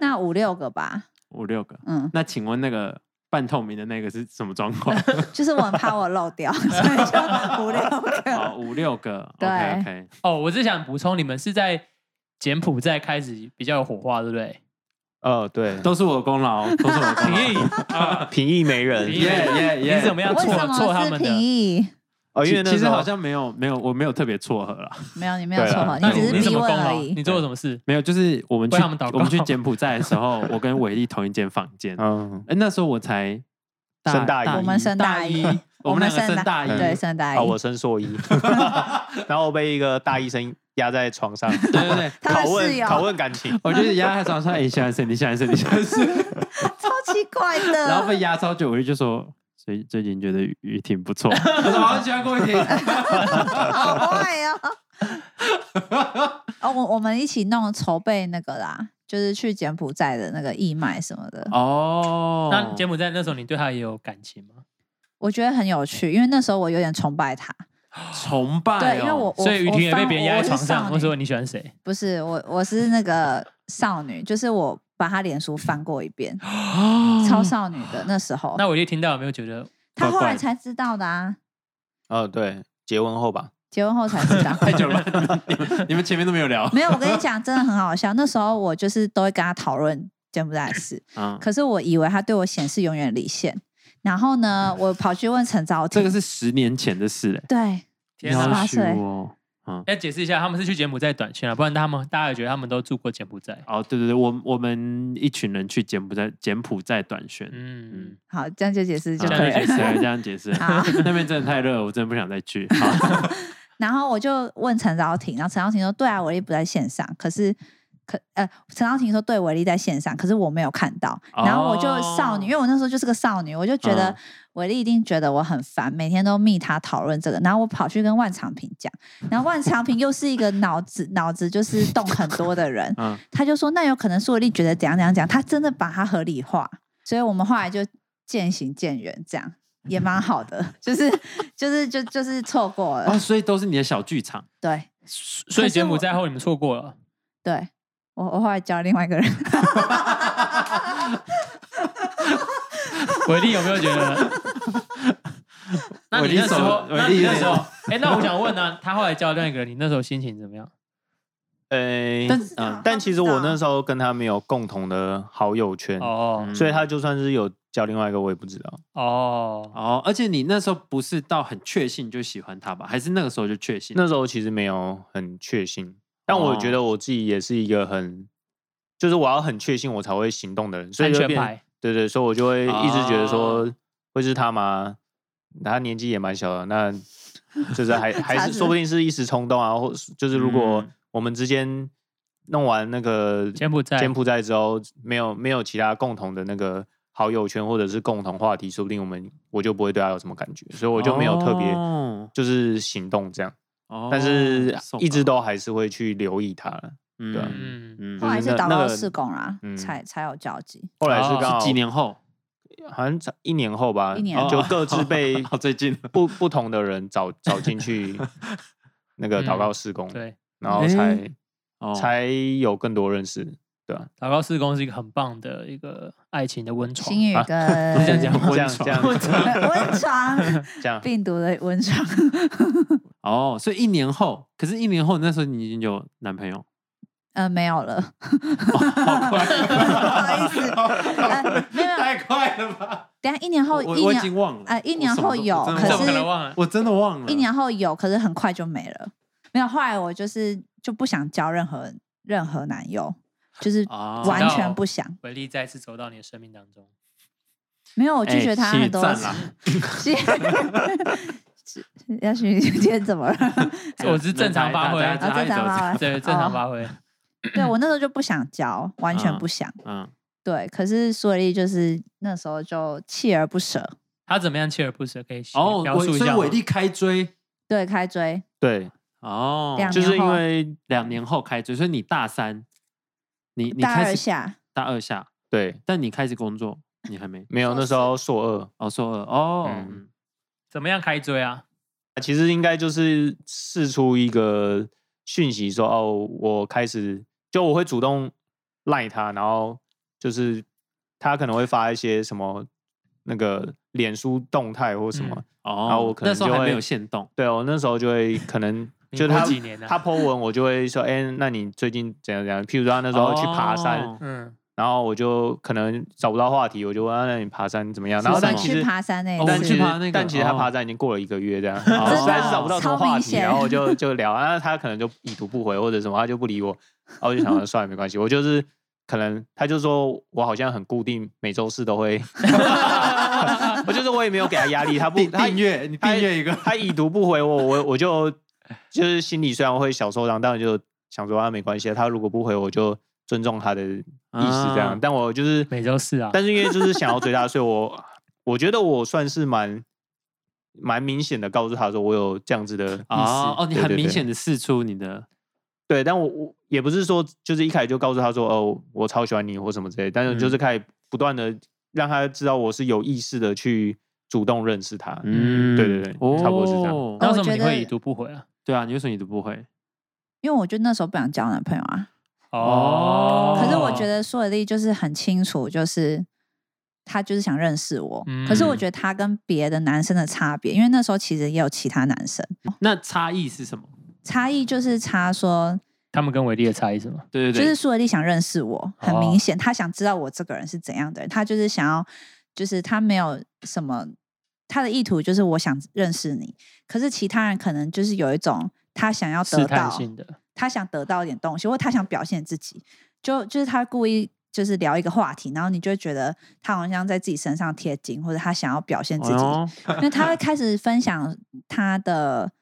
Speaker 2: 那五六个吧，
Speaker 3: 五六个。
Speaker 2: 嗯，
Speaker 3: 那请问那个半透明的那个是什么状 况？
Speaker 2: 就是我很怕我漏掉，所以就五六
Speaker 3: 哦，
Speaker 2: 个。
Speaker 3: 五六个
Speaker 2: 对
Speaker 3: ，OK OK。
Speaker 1: 哦，我只想补充，你们是在柬埔寨开始比较有火花，对不对？
Speaker 4: 哦对，
Speaker 3: 都是我的功劳，都是我的功
Speaker 1: 平易
Speaker 3: 劳。
Speaker 1: 啊，
Speaker 4: 平易没人
Speaker 1: 平易
Speaker 3: 耶耶耶！
Speaker 1: 你怎么样
Speaker 2: 为
Speaker 1: 错
Speaker 2: 什
Speaker 1: 错他
Speaker 2: 么是
Speaker 1: 们
Speaker 2: 平
Speaker 1: 的？
Speaker 2: 易？
Speaker 4: 哦，因为
Speaker 3: 其
Speaker 4: 那
Speaker 3: 其
Speaker 4: 时
Speaker 3: 实
Speaker 4: 候
Speaker 3: 好像没有没有，我没有特别撮合了，
Speaker 2: 没有，你没有
Speaker 4: 对啊
Speaker 2: 错过，
Speaker 4: 那
Speaker 2: 只
Speaker 1: 你
Speaker 2: 是
Speaker 1: 哎你怎
Speaker 2: 逼
Speaker 1: 么功
Speaker 2: 问而
Speaker 1: 劳？
Speaker 2: 已
Speaker 1: 你。做了什么事？
Speaker 3: 没有，就是我们去
Speaker 1: 为他们祷
Speaker 3: 我
Speaker 1: 告
Speaker 3: 们去柬埔寨的时候，我跟伟力同一间房间，哎、
Speaker 4: 嗯，
Speaker 3: 那时候我才
Speaker 4: 升大一
Speaker 2: 我们升大一
Speaker 3: 一，我们两个
Speaker 2: 升
Speaker 3: 升大一，
Speaker 2: 对，升大一
Speaker 4: 啊，。我升硕一，然后我被一个大医生压在床上，
Speaker 3: 对对对，
Speaker 2: 他哦的
Speaker 4: 拷
Speaker 2: 室
Speaker 4: 问
Speaker 2: 友
Speaker 4: 拷问感情，
Speaker 3: 我就是压在床上，哎、先生，你先生，你先 生，
Speaker 2: 超奇怪
Speaker 3: 然后
Speaker 2: 的。
Speaker 3: 被压超久，我就说。最最近觉得雨雨挺不错， 我说好喜欢郭雨婷，
Speaker 2: 好坏哦！哦，我我们一起弄筹备那个啦，就是去柬埔寨的那个义卖什么的，
Speaker 3: 哦，
Speaker 1: 那柬埔寨那时候你对他也有感情吗？
Speaker 2: 我觉得很有趣，因为那时候我有点崇拜他。
Speaker 3: 崇拜、哦，
Speaker 2: 对，因为我我
Speaker 1: 所以雨婷也
Speaker 2: 我
Speaker 1: 被
Speaker 2: 翻
Speaker 1: 别人压
Speaker 2: 我
Speaker 1: 在
Speaker 2: 是
Speaker 1: 床
Speaker 2: 少
Speaker 1: 上，
Speaker 2: 女
Speaker 1: 我说你喜欢谁？
Speaker 2: 不是我，我是那个少女，就是我把她脸书翻过一遍，超少女的那时候。
Speaker 1: 那我一听到有没有觉得
Speaker 2: 她后
Speaker 3: 怪怪
Speaker 2: 来
Speaker 3: 的
Speaker 2: 才知道的啊，
Speaker 4: 哦对，结婚后吧，
Speaker 2: 结婚后才知道。
Speaker 3: 太久了，你们你们前面都没有聊，
Speaker 2: 没有，我跟你讲，真的很好笑。那时候我就是都会跟她讨论柬埔寨的事，
Speaker 3: 嗯，
Speaker 2: 可是我以为她对我显示永远离线。然后呢，我跑去问陈昭
Speaker 3: 这
Speaker 2: 廷，
Speaker 3: 个是十年前的事嘞，
Speaker 2: 对
Speaker 1: 天哪
Speaker 2: 十八
Speaker 3: 要
Speaker 2: 岁
Speaker 3: 许我。嗯，
Speaker 1: 要解释一下，他们是去柬埔寨短线啊，不然他们大家也觉得他们都住过柬埔寨。
Speaker 3: 哦，对对对，我我们一群人去柬埔寨柬埔寨短宣，
Speaker 1: 嗯，
Speaker 2: 好，这样就解释就
Speaker 3: 这
Speaker 2: 可以
Speaker 3: 样解释，
Speaker 2: 了。
Speaker 3: 这样解释。
Speaker 2: 好，
Speaker 3: 那边真的太热了，我真的不想再去。好
Speaker 2: 然后我就问陈昭廷，然后陈昭廷说：“对啊，维力不在线上，可是可呃，陈昭廷说对，维力在线上，可是我没有看到。”然后我就少女，
Speaker 3: 哦
Speaker 2: 因为我那时候就是个少女，我就觉得
Speaker 3: 嗯
Speaker 2: 维力一定觉得我很烦，每天都密他讨论这个。然后我跑去跟万长平讲，然后万长平又是一个脑子脑子就是动很多的人，
Speaker 3: 嗯，
Speaker 2: 他就说：“那有可能是维力觉得怎样怎样讲，他真的把它合理化。”所以我们后来就渐行渐远，这样。也蛮好的，就是就是就就是错过 了，
Speaker 3: 哦，所以都是你的小剧场。
Speaker 2: 对，
Speaker 1: 所以柬埔寨后你们错过了，
Speaker 2: 对我，我后来交另外一个人，
Speaker 1: 伟力有没有觉得？那
Speaker 3: 伟
Speaker 1: 你
Speaker 3: 力
Speaker 1: 那时候
Speaker 3: 手，
Speaker 1: 那
Speaker 3: 伟
Speaker 1: 你
Speaker 3: 力
Speaker 1: 那时候
Speaker 3: 有，
Speaker 1: 哎，那我想问呢，他后来交另一个人，你那时候心情怎么样？
Speaker 4: 呃，
Speaker 3: 但
Speaker 2: 啊
Speaker 3: 嗯，
Speaker 4: 但其实我那时
Speaker 2: 候
Speaker 4: 候跟他没有共同的好友圈，
Speaker 1: 哦
Speaker 3: 嗯
Speaker 4: 所以他就算是有交另外一个，我也不知道。
Speaker 1: 哦，
Speaker 3: 哦，而且你那时候不是到很确信就喜欢他吧？还是那个时候就确信？
Speaker 4: 那时候其实没有很确信，但我觉得我自己也是一个很，就是我要很确信我才会行动的人，所以
Speaker 1: 安
Speaker 4: 就
Speaker 1: 全
Speaker 4: 变
Speaker 1: 牌
Speaker 4: 对对，所以我就会一直觉得
Speaker 3: 哦
Speaker 4: 说会是他吗？他年纪也蛮小 的，那就是还还
Speaker 2: 啥
Speaker 4: 是
Speaker 2: 事
Speaker 4: 说不定是一时冲动啊，或是就是如果
Speaker 3: 嗯
Speaker 4: 我们之间弄完那个
Speaker 1: 柬埔寨
Speaker 4: 柬埔寨之后，没有没有其他共同的那个好友圈或者是共同话题，说不定我们我就不会对他有什么感觉，所以我就没有特别
Speaker 3: 哦
Speaker 4: 就是行动这样，
Speaker 3: 哦
Speaker 4: 但是
Speaker 3: 受
Speaker 4: 一直
Speaker 3: 不了
Speaker 4: 都还是会去留意他了。对啊
Speaker 3: 嗯嗯
Speaker 2: 后
Speaker 3: 嗯，
Speaker 2: 来
Speaker 4: 就是
Speaker 2: 是
Speaker 4: 那
Speaker 2: 祷
Speaker 4: 那
Speaker 2: 告
Speaker 4: 个
Speaker 2: 事工啦，
Speaker 4: 嗯
Speaker 2: 才才有交集。
Speaker 4: 后来是
Speaker 1: 哦
Speaker 4: 刚好
Speaker 3: 是几年后
Speaker 4: 好像一年后吧，
Speaker 2: 一年后
Speaker 4: 就各 自被
Speaker 3: 哦最近了
Speaker 4: 不不同的人找找进去
Speaker 2: 嗯
Speaker 4: 那个祷告施工，
Speaker 1: 对，
Speaker 4: 然后才、
Speaker 3: 诶哦
Speaker 4: 才有更多认识，对吧、
Speaker 1: 祷告四公是一个很棒的一个爱情的温床
Speaker 2: 星。宇
Speaker 4: 啊
Speaker 2: 跟
Speaker 1: 这样讲
Speaker 4: 这样
Speaker 3: 温床
Speaker 4: 这样
Speaker 2: 温床，
Speaker 4: 这样，
Speaker 2: 病毒的温床，
Speaker 3: 哦，所以一年后，可是一年后那时候你已经有男朋友，
Speaker 2: 呃，没有了，
Speaker 3: 好快，
Speaker 2: 不好意思，呃，没有，没有
Speaker 3: 太快了吧？
Speaker 2: 等一下一年后
Speaker 3: 我
Speaker 2: 一
Speaker 3: 我已
Speaker 2: 年
Speaker 3: 经忘了
Speaker 2: 呃一
Speaker 3: 我
Speaker 2: 年
Speaker 3: 什么
Speaker 2: 后
Speaker 3: 都
Speaker 2: 有
Speaker 3: 我真的忘
Speaker 1: 这我
Speaker 2: 可
Speaker 3: 了
Speaker 1: 可
Speaker 2: 是
Speaker 1: 能忘了，
Speaker 3: 我真的忘了
Speaker 2: 一年后有，可是很快就没了，没有。后来我就是就不想交任何任何男友，就是
Speaker 3: 啊
Speaker 2: 完
Speaker 1: 知道
Speaker 2: 全不想。
Speaker 1: 回力再次走到你的生命当中。
Speaker 2: 没有，我
Speaker 3: 我
Speaker 2: 拒绝他很多
Speaker 3: 哎赞啊
Speaker 2: 次。
Speaker 3: 啦
Speaker 2: 谢谢是 要许你 今天怎么了？
Speaker 1: 我是正常发挥
Speaker 3: 大家
Speaker 2: 啊 哎正常发挥哦
Speaker 1: 对，正常发挥。
Speaker 2: 对我那时候就不想教，完全
Speaker 3: 嗯
Speaker 2: 不想。
Speaker 3: 嗯，
Speaker 2: 对，可是苏丽就是那时候就锲而不舍，
Speaker 1: 他怎么样锲而不舍？可以
Speaker 3: 哦，
Speaker 1: 描
Speaker 3: 我
Speaker 1: 述一
Speaker 3: 所以
Speaker 1: 下吗。
Speaker 3: 伟力开追
Speaker 2: 对，开追，
Speaker 4: 对，
Speaker 3: 哦，
Speaker 2: 两
Speaker 3: 就
Speaker 4: 就是
Speaker 2: 年
Speaker 4: 因
Speaker 2: 后
Speaker 4: 为
Speaker 3: 两年后开追，所以你大三，你你
Speaker 2: 大
Speaker 3: 开
Speaker 2: 二
Speaker 3: 始
Speaker 2: 下，
Speaker 3: 大二下，
Speaker 4: 对
Speaker 3: 但你开始工作，你还没
Speaker 4: 没有那时候硕二，
Speaker 3: 哦，硕二哦，
Speaker 4: 嗯
Speaker 1: 怎么样开追啊？
Speaker 4: 其实应该就是试出一个讯息说，哦，我开始就我会主动赖他，然后就是他可能会发一些什么那个脸书动态或什么，
Speaker 1: 嗯
Speaker 3: 哦，
Speaker 4: 然后我可能
Speaker 3: 那时候
Speaker 4: 就
Speaker 3: 还没
Speaker 4: 会
Speaker 3: 有限动，
Speaker 4: 对我那时候就会可能
Speaker 1: 你
Speaker 4: 就是他
Speaker 1: 过几年 啊
Speaker 4: 他 po 文，我就会说，哎、那你最近怎样怎样？譬如说他那时候去爬山，
Speaker 3: 哦
Speaker 1: 嗯，
Speaker 4: 然后我就可能找不到话题，我就问他，那你爬山怎么样？然
Speaker 2: 我
Speaker 4: 后
Speaker 3: 什
Speaker 4: 但
Speaker 2: 们
Speaker 3: 么
Speaker 4: 其
Speaker 2: 去
Speaker 4: 实。
Speaker 2: 爬山那
Speaker 3: 哦
Speaker 2: 一
Speaker 3: 我
Speaker 4: 但
Speaker 3: 们
Speaker 4: 其
Speaker 3: 去
Speaker 4: 实
Speaker 2: 次，
Speaker 3: 爬那个
Speaker 4: 但其实他
Speaker 3: 哦
Speaker 4: 爬山已经过了一个月 这样，
Speaker 3: 的
Speaker 4: 实在是找不到什么
Speaker 2: 啊超明
Speaker 4: 话题，
Speaker 2: 显
Speaker 4: 然后我就就聊，然后他可能就已读不回或者什么，他就不理我，然后我就想说算了没关系，我就是可能他就说我好像很固定，每周四都会， 我就是我也没有给他压力，他不
Speaker 3: 订
Speaker 4: 他
Speaker 3: 订阅你
Speaker 4: 他
Speaker 3: 订阅一个，
Speaker 4: 他已读不回我，我我就就是心里虽然会小受伤，但我就想说啊没关系，他如果不回我就尊重他的意思这样，
Speaker 3: 啊
Speaker 4: 但我就是
Speaker 1: 每周四啊。
Speaker 4: 但是因为就是想要追他，所以我我觉得我算是蛮蛮明显的告诉他说我有这样子的意思
Speaker 3: 哦哦，你
Speaker 4: 对
Speaker 3: 很
Speaker 4: 对
Speaker 3: 明
Speaker 4: 对
Speaker 3: 显的试出你的
Speaker 4: 对，但我我也不是说就是一开始就告诉他说哦我超喜欢你或什么之类的，但是就是开始不断的让他知道我是有意识的去主动认识他，
Speaker 3: 嗯，
Speaker 4: 对对对差不多是这样
Speaker 3: 哦
Speaker 1: 那为什么
Speaker 2: 我觉
Speaker 1: 你
Speaker 2: 得
Speaker 1: 会已读不回啊？
Speaker 3: 对啊，你为什么你都不会？
Speaker 2: 因为我就那时候不想交男朋友啊。
Speaker 3: 哦
Speaker 2: 可是我觉，得苏伟丽就是很清楚，就是他就是想认识我。可是我
Speaker 3: 嗯
Speaker 2: 觉得他跟别的男生的差别，因为那时候其实也有其他男生，
Speaker 3: 那差异是什么？
Speaker 2: 差异就是差说，
Speaker 1: 他们跟伟力的差异是什么？
Speaker 3: 对对
Speaker 2: 就
Speaker 3: 对，
Speaker 2: 是苏伟丽想认识我，很
Speaker 1: 哦
Speaker 2: 明显，他想知道我这个人是怎样的人，他就是想要，就是他没有什么他的意图，就是我想认识你。可是其他人可能就是有一种他想要
Speaker 1: 试
Speaker 2: 得
Speaker 1: 探
Speaker 2: 到，
Speaker 1: 性的，
Speaker 2: 他想得到一点东西，或他想表现自己，就就是他故意就是聊一个话题，然后你就会觉得他好像在自己身上贴金，或者他想要表现自己，
Speaker 3: 哦
Speaker 2: 因为他会开始分享他的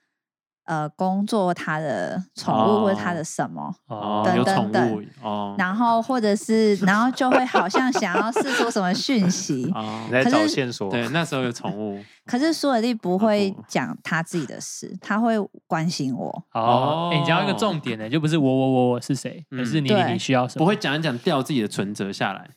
Speaker 2: 呃工作、他 的宠物或者他的什么，
Speaker 3: 哦，
Speaker 1: 哦
Speaker 3: 有
Speaker 2: 等
Speaker 3: 宠
Speaker 2: 等
Speaker 3: 物哦，，
Speaker 2: 然后或者是然后就会好像想要试出什么讯息
Speaker 3: 哦
Speaker 4: 你，在
Speaker 2: 可
Speaker 4: 找
Speaker 2: 是
Speaker 4: 线索，
Speaker 3: 对，那时候有宠 物
Speaker 2: 可是苏尔利不
Speaker 1: 哦
Speaker 3: 啊
Speaker 2: 会
Speaker 3: 不
Speaker 2: 讲他自己的事，他会关心我，
Speaker 1: 哦，哎你讲到一个
Speaker 3: 哦
Speaker 1: 重点呢，就不是我我我我是谁，
Speaker 3: 嗯
Speaker 1: 而是你
Speaker 2: 对
Speaker 1: 你需要什么？
Speaker 3: 不会讲一讲掉自己的存折下来，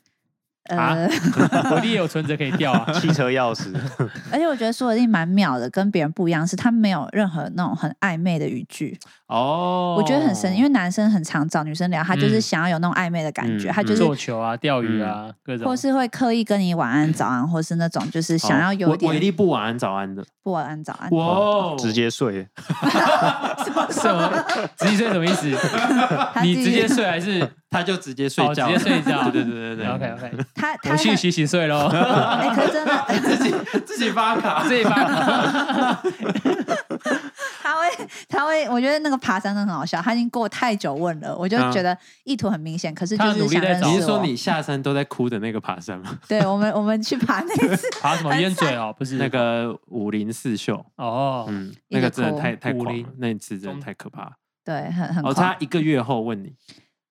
Speaker 1: 啊
Speaker 2: 呃。
Speaker 1: 我弟也有存折可以调 啊。
Speaker 4: 汽车钥 匙，
Speaker 2: 而且我觉得苏尔定蛮妙的，跟别人不一样，是他没有任何那种很暧昧的语句，
Speaker 3: 哦，
Speaker 2: 我觉得很神奇，因
Speaker 3: 为
Speaker 2: 为男生很常找女生聊，他就
Speaker 1: 嗯
Speaker 2: 是想要有那种暧昧的感觉，
Speaker 3: 嗯
Speaker 2: 他就
Speaker 3: 嗯
Speaker 2: 是
Speaker 1: 做球啊，钓鱼啊，各种。
Speaker 2: 或是会刻意跟你晚安、早安，或是那种
Speaker 1: 哦
Speaker 2: 就是
Speaker 3: 哦
Speaker 2: 想要有
Speaker 3: 伟
Speaker 2: 点
Speaker 3: 力不晚安早安的，
Speaker 2: 不晚安、早安。
Speaker 3: 哇，哦
Speaker 4: 直接睡，
Speaker 1: 什么？直接睡什么意思？
Speaker 2: 他自
Speaker 1: 你
Speaker 2: 己
Speaker 1: 直接睡还是
Speaker 3: 他就直接睡
Speaker 1: 哦
Speaker 3: 觉了，
Speaker 1: 直接睡觉
Speaker 3: 对对对对对
Speaker 1: OK OK？
Speaker 2: 他他
Speaker 1: 我去
Speaker 2: 很
Speaker 1: 洗洗 睡喽，
Speaker 2: 哎、可是真的
Speaker 3: 自己发卡，
Speaker 1: 这一 把
Speaker 2: 他会 他会，我觉得那个爬山真的很好笑，他已经过太久问了，我就
Speaker 3: 嗯
Speaker 2: 觉得意图很明显，可是
Speaker 1: 啊他很努
Speaker 2: 就是
Speaker 1: 力
Speaker 2: 想
Speaker 1: 在
Speaker 2: 认识
Speaker 1: 找
Speaker 2: 我。
Speaker 3: 你是说你下山都在哭的那个爬山吗？
Speaker 2: 对我们我们去爬那 次
Speaker 1: 爬什么烟嘴哦？不是
Speaker 3: 那个五零四秀，
Speaker 1: 哦，
Speaker 3: 嗯，
Speaker 2: 一
Speaker 3: 那个
Speaker 2: 个
Speaker 3: 真的
Speaker 2: 哭
Speaker 3: 太太狂
Speaker 1: 50
Speaker 3: 了，那一次真
Speaker 1: 中
Speaker 3: 的太可怕了。
Speaker 2: 对很
Speaker 1: 嗯
Speaker 2: 很
Speaker 3: 哦，
Speaker 2: 狂
Speaker 3: 他一个月后问你，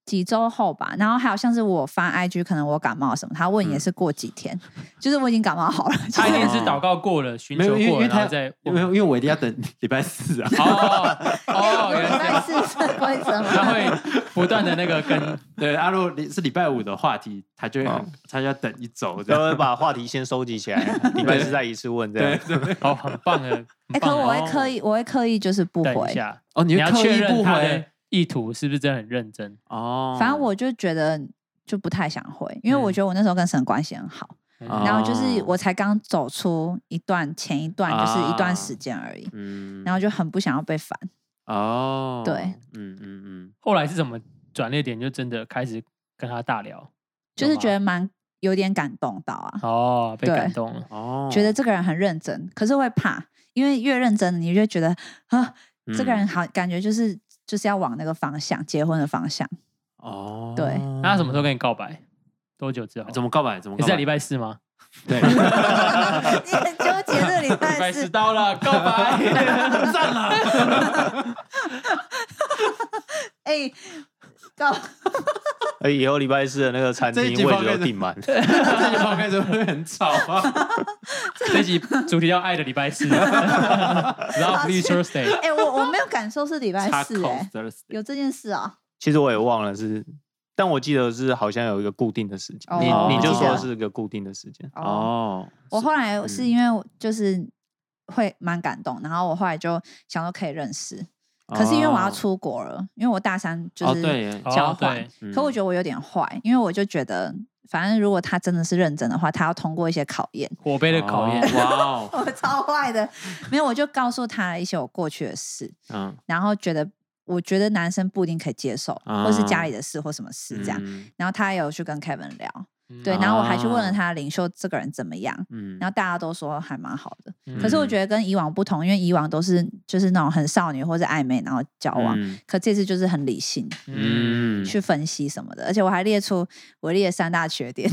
Speaker 2: 几周后吧，然后还有像是我发 IG，可能我感冒什么，他问也
Speaker 3: 嗯
Speaker 2: 是过几 天，就是我已经感冒好了，就
Speaker 1: 他一
Speaker 2: 是
Speaker 1: 定是祷告过了，寻
Speaker 3: 没
Speaker 1: 求
Speaker 3: 有，因为因
Speaker 1: 过了，
Speaker 3: 为
Speaker 1: 然
Speaker 3: 他
Speaker 1: 后再
Speaker 3: 没有，因为我一定要等礼拜四啊。
Speaker 1: 哦哦，
Speaker 2: 我
Speaker 1: 原
Speaker 2: 礼
Speaker 1: 来
Speaker 2: 拜
Speaker 1: 是
Speaker 2: 四是规则
Speaker 1: 这样他
Speaker 2: 吗？
Speaker 1: 会不断的那个跟
Speaker 3: 对，阿若是礼拜五的话题，他就会很
Speaker 1: 嗯
Speaker 4: 哦
Speaker 3: 他就要等一周这
Speaker 4: 然
Speaker 3: 样。
Speaker 4: 后把话题先收集起来，礼拜四再一次问这
Speaker 3: 对
Speaker 4: 样。
Speaker 3: 对，对
Speaker 1: 哦，很棒的， 很
Speaker 2: 哎、可
Speaker 1: 棒的
Speaker 2: 我会刻意，我会刻意就是不
Speaker 1: 哦等一
Speaker 2: 回，
Speaker 1: 下，
Speaker 3: 哦，你
Speaker 1: 你
Speaker 3: 会
Speaker 1: 要
Speaker 3: 刻
Speaker 1: 确
Speaker 3: 意
Speaker 1: 认
Speaker 3: 不
Speaker 1: 他
Speaker 3: 回
Speaker 1: 的意图是不是真的很认真。
Speaker 3: 哦。
Speaker 2: 反正我就觉得就不太想回，因为我
Speaker 1: 嗯
Speaker 2: 觉得我那时候跟神关系很好，
Speaker 3: 哦
Speaker 2: 然后就是我才刚走出一段前一段就是一段时间而已，
Speaker 3: 啊嗯，
Speaker 2: 然后就很不想要被烦，
Speaker 3: 哦，
Speaker 2: 对
Speaker 3: 嗯，嗯嗯
Speaker 1: 后来是怎么转捩点，就真的开始跟他大聊？
Speaker 2: 就是觉得蛮有点感动到啊，
Speaker 1: 哦，被
Speaker 2: 对
Speaker 1: 感动了
Speaker 3: 嗯，。哦，
Speaker 2: 觉 得这个人很认真，可是会怕，因为越认真你就觉得啊。这个
Speaker 3: 嗯
Speaker 2: 人好，感觉就是就是要往那个方向，结婚的方向。
Speaker 3: 哦，
Speaker 2: 对
Speaker 1: 那他什么时候跟你告白？多久之后？
Speaker 3: 怎么告白？怎么
Speaker 1: 你
Speaker 3: 告
Speaker 1: 是在礼
Speaker 3: 白？
Speaker 1: 拜四吗？
Speaker 3: 对，
Speaker 2: 你很纠结这礼
Speaker 1: 礼拜
Speaker 2: 拜
Speaker 1: 四
Speaker 2: 四，
Speaker 1: 到了，告白，赞了。
Speaker 2: 哎、告
Speaker 4: 哎，以后礼拜四的那个餐厅
Speaker 3: 这一集
Speaker 4: 位
Speaker 3: 放
Speaker 4: 置
Speaker 3: 开
Speaker 4: 都
Speaker 3: 着
Speaker 4: 订满。
Speaker 3: 这句话开始会很吵啊。
Speaker 1: 这集主题叫爱的礼拜 四，然后 Blue Thursday，
Speaker 2: 哎、我我没有感受是礼拜四、哎，
Speaker 3: Thursday
Speaker 2: 有这件事啊、
Speaker 4: 其实我也忘了是，但我记得是好像有一个固定的时间，你
Speaker 2: 哦
Speaker 4: 你就
Speaker 3: 我记得
Speaker 4: 说是个固定的时间。
Speaker 3: 哦，
Speaker 2: 我后来是
Speaker 4: 嗯
Speaker 2: 因为我就是会蛮感动，然后我后来就想说可以认识，可是因为我要出国了，因为我大三就
Speaker 3: 哦
Speaker 2: 是
Speaker 3: 对耶
Speaker 2: 交
Speaker 1: 哦
Speaker 2: 换，
Speaker 1: 对
Speaker 3: 嗯
Speaker 2: 可我觉得我有点坏，因为我就觉得。反正如果他真的是认真的话，他要通过一些考验。
Speaker 1: 火杯的考验，
Speaker 3: 哦哇哦，
Speaker 2: 我超坏的，没有，我就告诉他一些我过去的事，
Speaker 3: 嗯，
Speaker 2: 然后觉得我觉得男生不一定可以接受，或是家
Speaker 3: 啊
Speaker 2: 里的事或什么事这样。
Speaker 3: 嗯哦
Speaker 2: 然后他也有去跟 Kevin 聊，
Speaker 1: 嗯
Speaker 2: 对，然后我还去问了
Speaker 3: 啊
Speaker 2: 他领袖这个人怎么样，
Speaker 3: 嗯，
Speaker 2: 然后大家都说还蛮好的。
Speaker 1: 嗯
Speaker 2: 可是我觉得跟以往不同，因为以往都是就是那种很少女或是暧昧，然后交往。
Speaker 3: 嗯
Speaker 2: 可这次就是很理性、
Speaker 3: 嗯，
Speaker 2: 去分析什么的，而且我还列出我列三大缺点，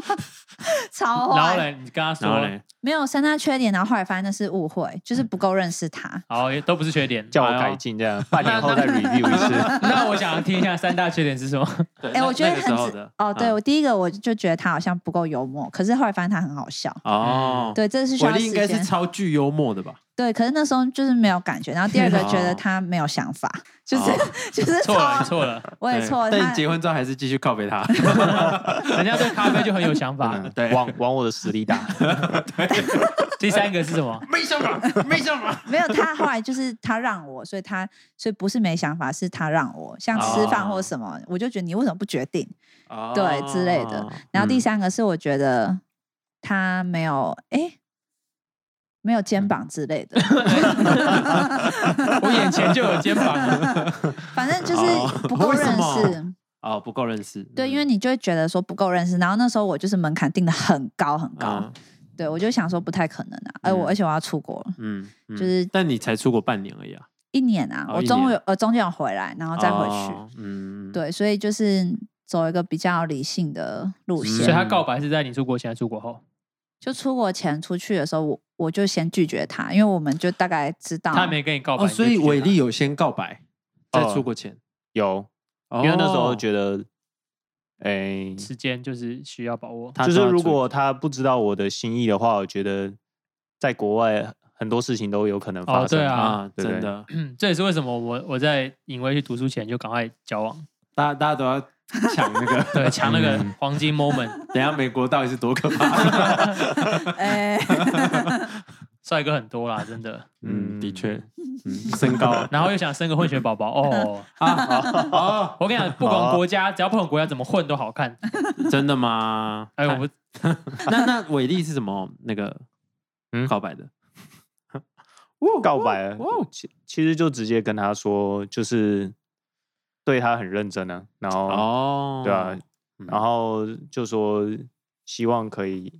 Speaker 2: 超
Speaker 1: 然后
Speaker 2: 坏。
Speaker 1: 呢，你跟他
Speaker 3: 然后
Speaker 1: 说，
Speaker 3: 嘞，
Speaker 2: 没有三大缺点，然后后来发现那是误会，
Speaker 3: 嗯
Speaker 2: 就是不够认识他。
Speaker 1: 好，也都不是缺点，
Speaker 4: 叫我
Speaker 1: 哎呦
Speaker 4: 改。进 这样，半年后再 review 一次。
Speaker 1: 那我想听一下三大缺点 是什么？
Speaker 3: 对
Speaker 2: 哎、
Speaker 3: 呃那
Speaker 2: 我觉得
Speaker 3: 那个时
Speaker 2: 很
Speaker 3: 候
Speaker 2: 值
Speaker 3: 的
Speaker 2: 哦，对、
Speaker 3: 嗯
Speaker 2: 我第一个我就觉得他好像不够幽默，可是后来发现他很好笑。
Speaker 3: 哦，
Speaker 2: 对，这是需
Speaker 3: 我
Speaker 2: 要
Speaker 3: 一定
Speaker 2: 时
Speaker 3: 应该
Speaker 2: 间
Speaker 3: 是。超具幽默的吧？
Speaker 2: 对，可是那时候就是没有感觉。然后第二个觉得
Speaker 3: 哦
Speaker 2: 他没有想法，就是、
Speaker 3: 哦
Speaker 2: 就是
Speaker 1: 错了，
Speaker 2: 超
Speaker 1: 你错了，
Speaker 2: 我也
Speaker 3: 对
Speaker 2: 错了。
Speaker 3: 但
Speaker 2: 他
Speaker 3: 你结婚之后还是继续靠背 他，
Speaker 1: 人家对咖啡就很有想法。
Speaker 4: 嗯
Speaker 3: 对
Speaker 4: 往往我的实力打。
Speaker 1: 第三个是什么？
Speaker 3: 没想法，没想法。
Speaker 2: 没有，他后来就是他让我，所以他所以不是没想法，是他让我像吃饭
Speaker 3: 哦
Speaker 2: 或什么，我就觉得你为什么不决定？对之类的
Speaker 3: 哦。
Speaker 2: 然后第
Speaker 3: 嗯
Speaker 2: 三个是我觉得他没有诶，没有
Speaker 3: 嗯
Speaker 2: 肩膀之类的，
Speaker 1: 我眼前就有肩膀了，
Speaker 2: 反正就是
Speaker 3: 哦
Speaker 2: 不够
Speaker 3: 为
Speaker 2: 认
Speaker 3: 什么
Speaker 2: 识。
Speaker 3: 哦，不够认识。
Speaker 2: 对，
Speaker 3: 嗯
Speaker 2: 因为你就会觉得说不够认识，然后那时候我就是门槛定的很高很高，，对我就想说不太可能啊，哎我
Speaker 3: 嗯
Speaker 2: 而且我要出国了
Speaker 3: 嗯，嗯
Speaker 2: 就是
Speaker 3: 但你才出国半年而已啊，
Speaker 2: 一年啊，
Speaker 3: 哦
Speaker 2: 我
Speaker 3: 一
Speaker 2: 中
Speaker 3: 年
Speaker 2: 有呃中间有回来，然后再回去，
Speaker 3: 哦，嗯，
Speaker 2: 对，所以就是走一个比较理性的路
Speaker 1: 嗯所
Speaker 2: 线。
Speaker 1: 以他告白是在你出国前还是出国后？
Speaker 2: 就出国前出去的时候，我我就先拒绝他，因为我们就大概知道
Speaker 1: 他没跟你告白，
Speaker 3: 哦，所以
Speaker 1: 你就拒绝
Speaker 3: 伟
Speaker 1: 他
Speaker 3: 力有先告白，在
Speaker 4: 哦
Speaker 3: 出国前，
Speaker 4: 有，
Speaker 3: 因
Speaker 4: 因为那时候觉得，哎，
Speaker 1: 时间就是需要把握。
Speaker 3: 他
Speaker 4: 就是
Speaker 3: 都要
Speaker 4: 如
Speaker 3: 出
Speaker 4: 果他不知道我的心意的话，我觉得在国外很多事情都有可能发
Speaker 1: 哦
Speaker 4: 生。
Speaker 1: 对啊
Speaker 3: 啊，
Speaker 4: 对不
Speaker 3: 真
Speaker 4: 对
Speaker 3: 的，
Speaker 1: 嗯，这也是为什么我我在隐微去读书前就赶快交往，
Speaker 3: 大家大家都要抢那个，
Speaker 1: 对，抢那个嗯黄金 moment。
Speaker 3: 等一下美国到底是多可怕？
Speaker 2: 哎，
Speaker 1: 帅哥很多啦，真的。
Speaker 3: 嗯，的确，嗯，
Speaker 4: 身高
Speaker 1: 然后又想生个混血宝宝哦，
Speaker 3: 啊哦，
Speaker 1: 我跟你讲，不管国家，只要不同国家，怎么混都好看。
Speaker 3: 真的吗？
Speaker 1: 哎，我不，
Speaker 3: 那那伟力是什么那个
Speaker 4: 嗯
Speaker 3: 告白的？
Speaker 4: 告白了
Speaker 3: 哦，
Speaker 4: 其其实就直接跟他说，就是对他很认真啊，然后
Speaker 3: 哦，
Speaker 4: 对啊，
Speaker 3: 嗯
Speaker 4: 然后就说希望可以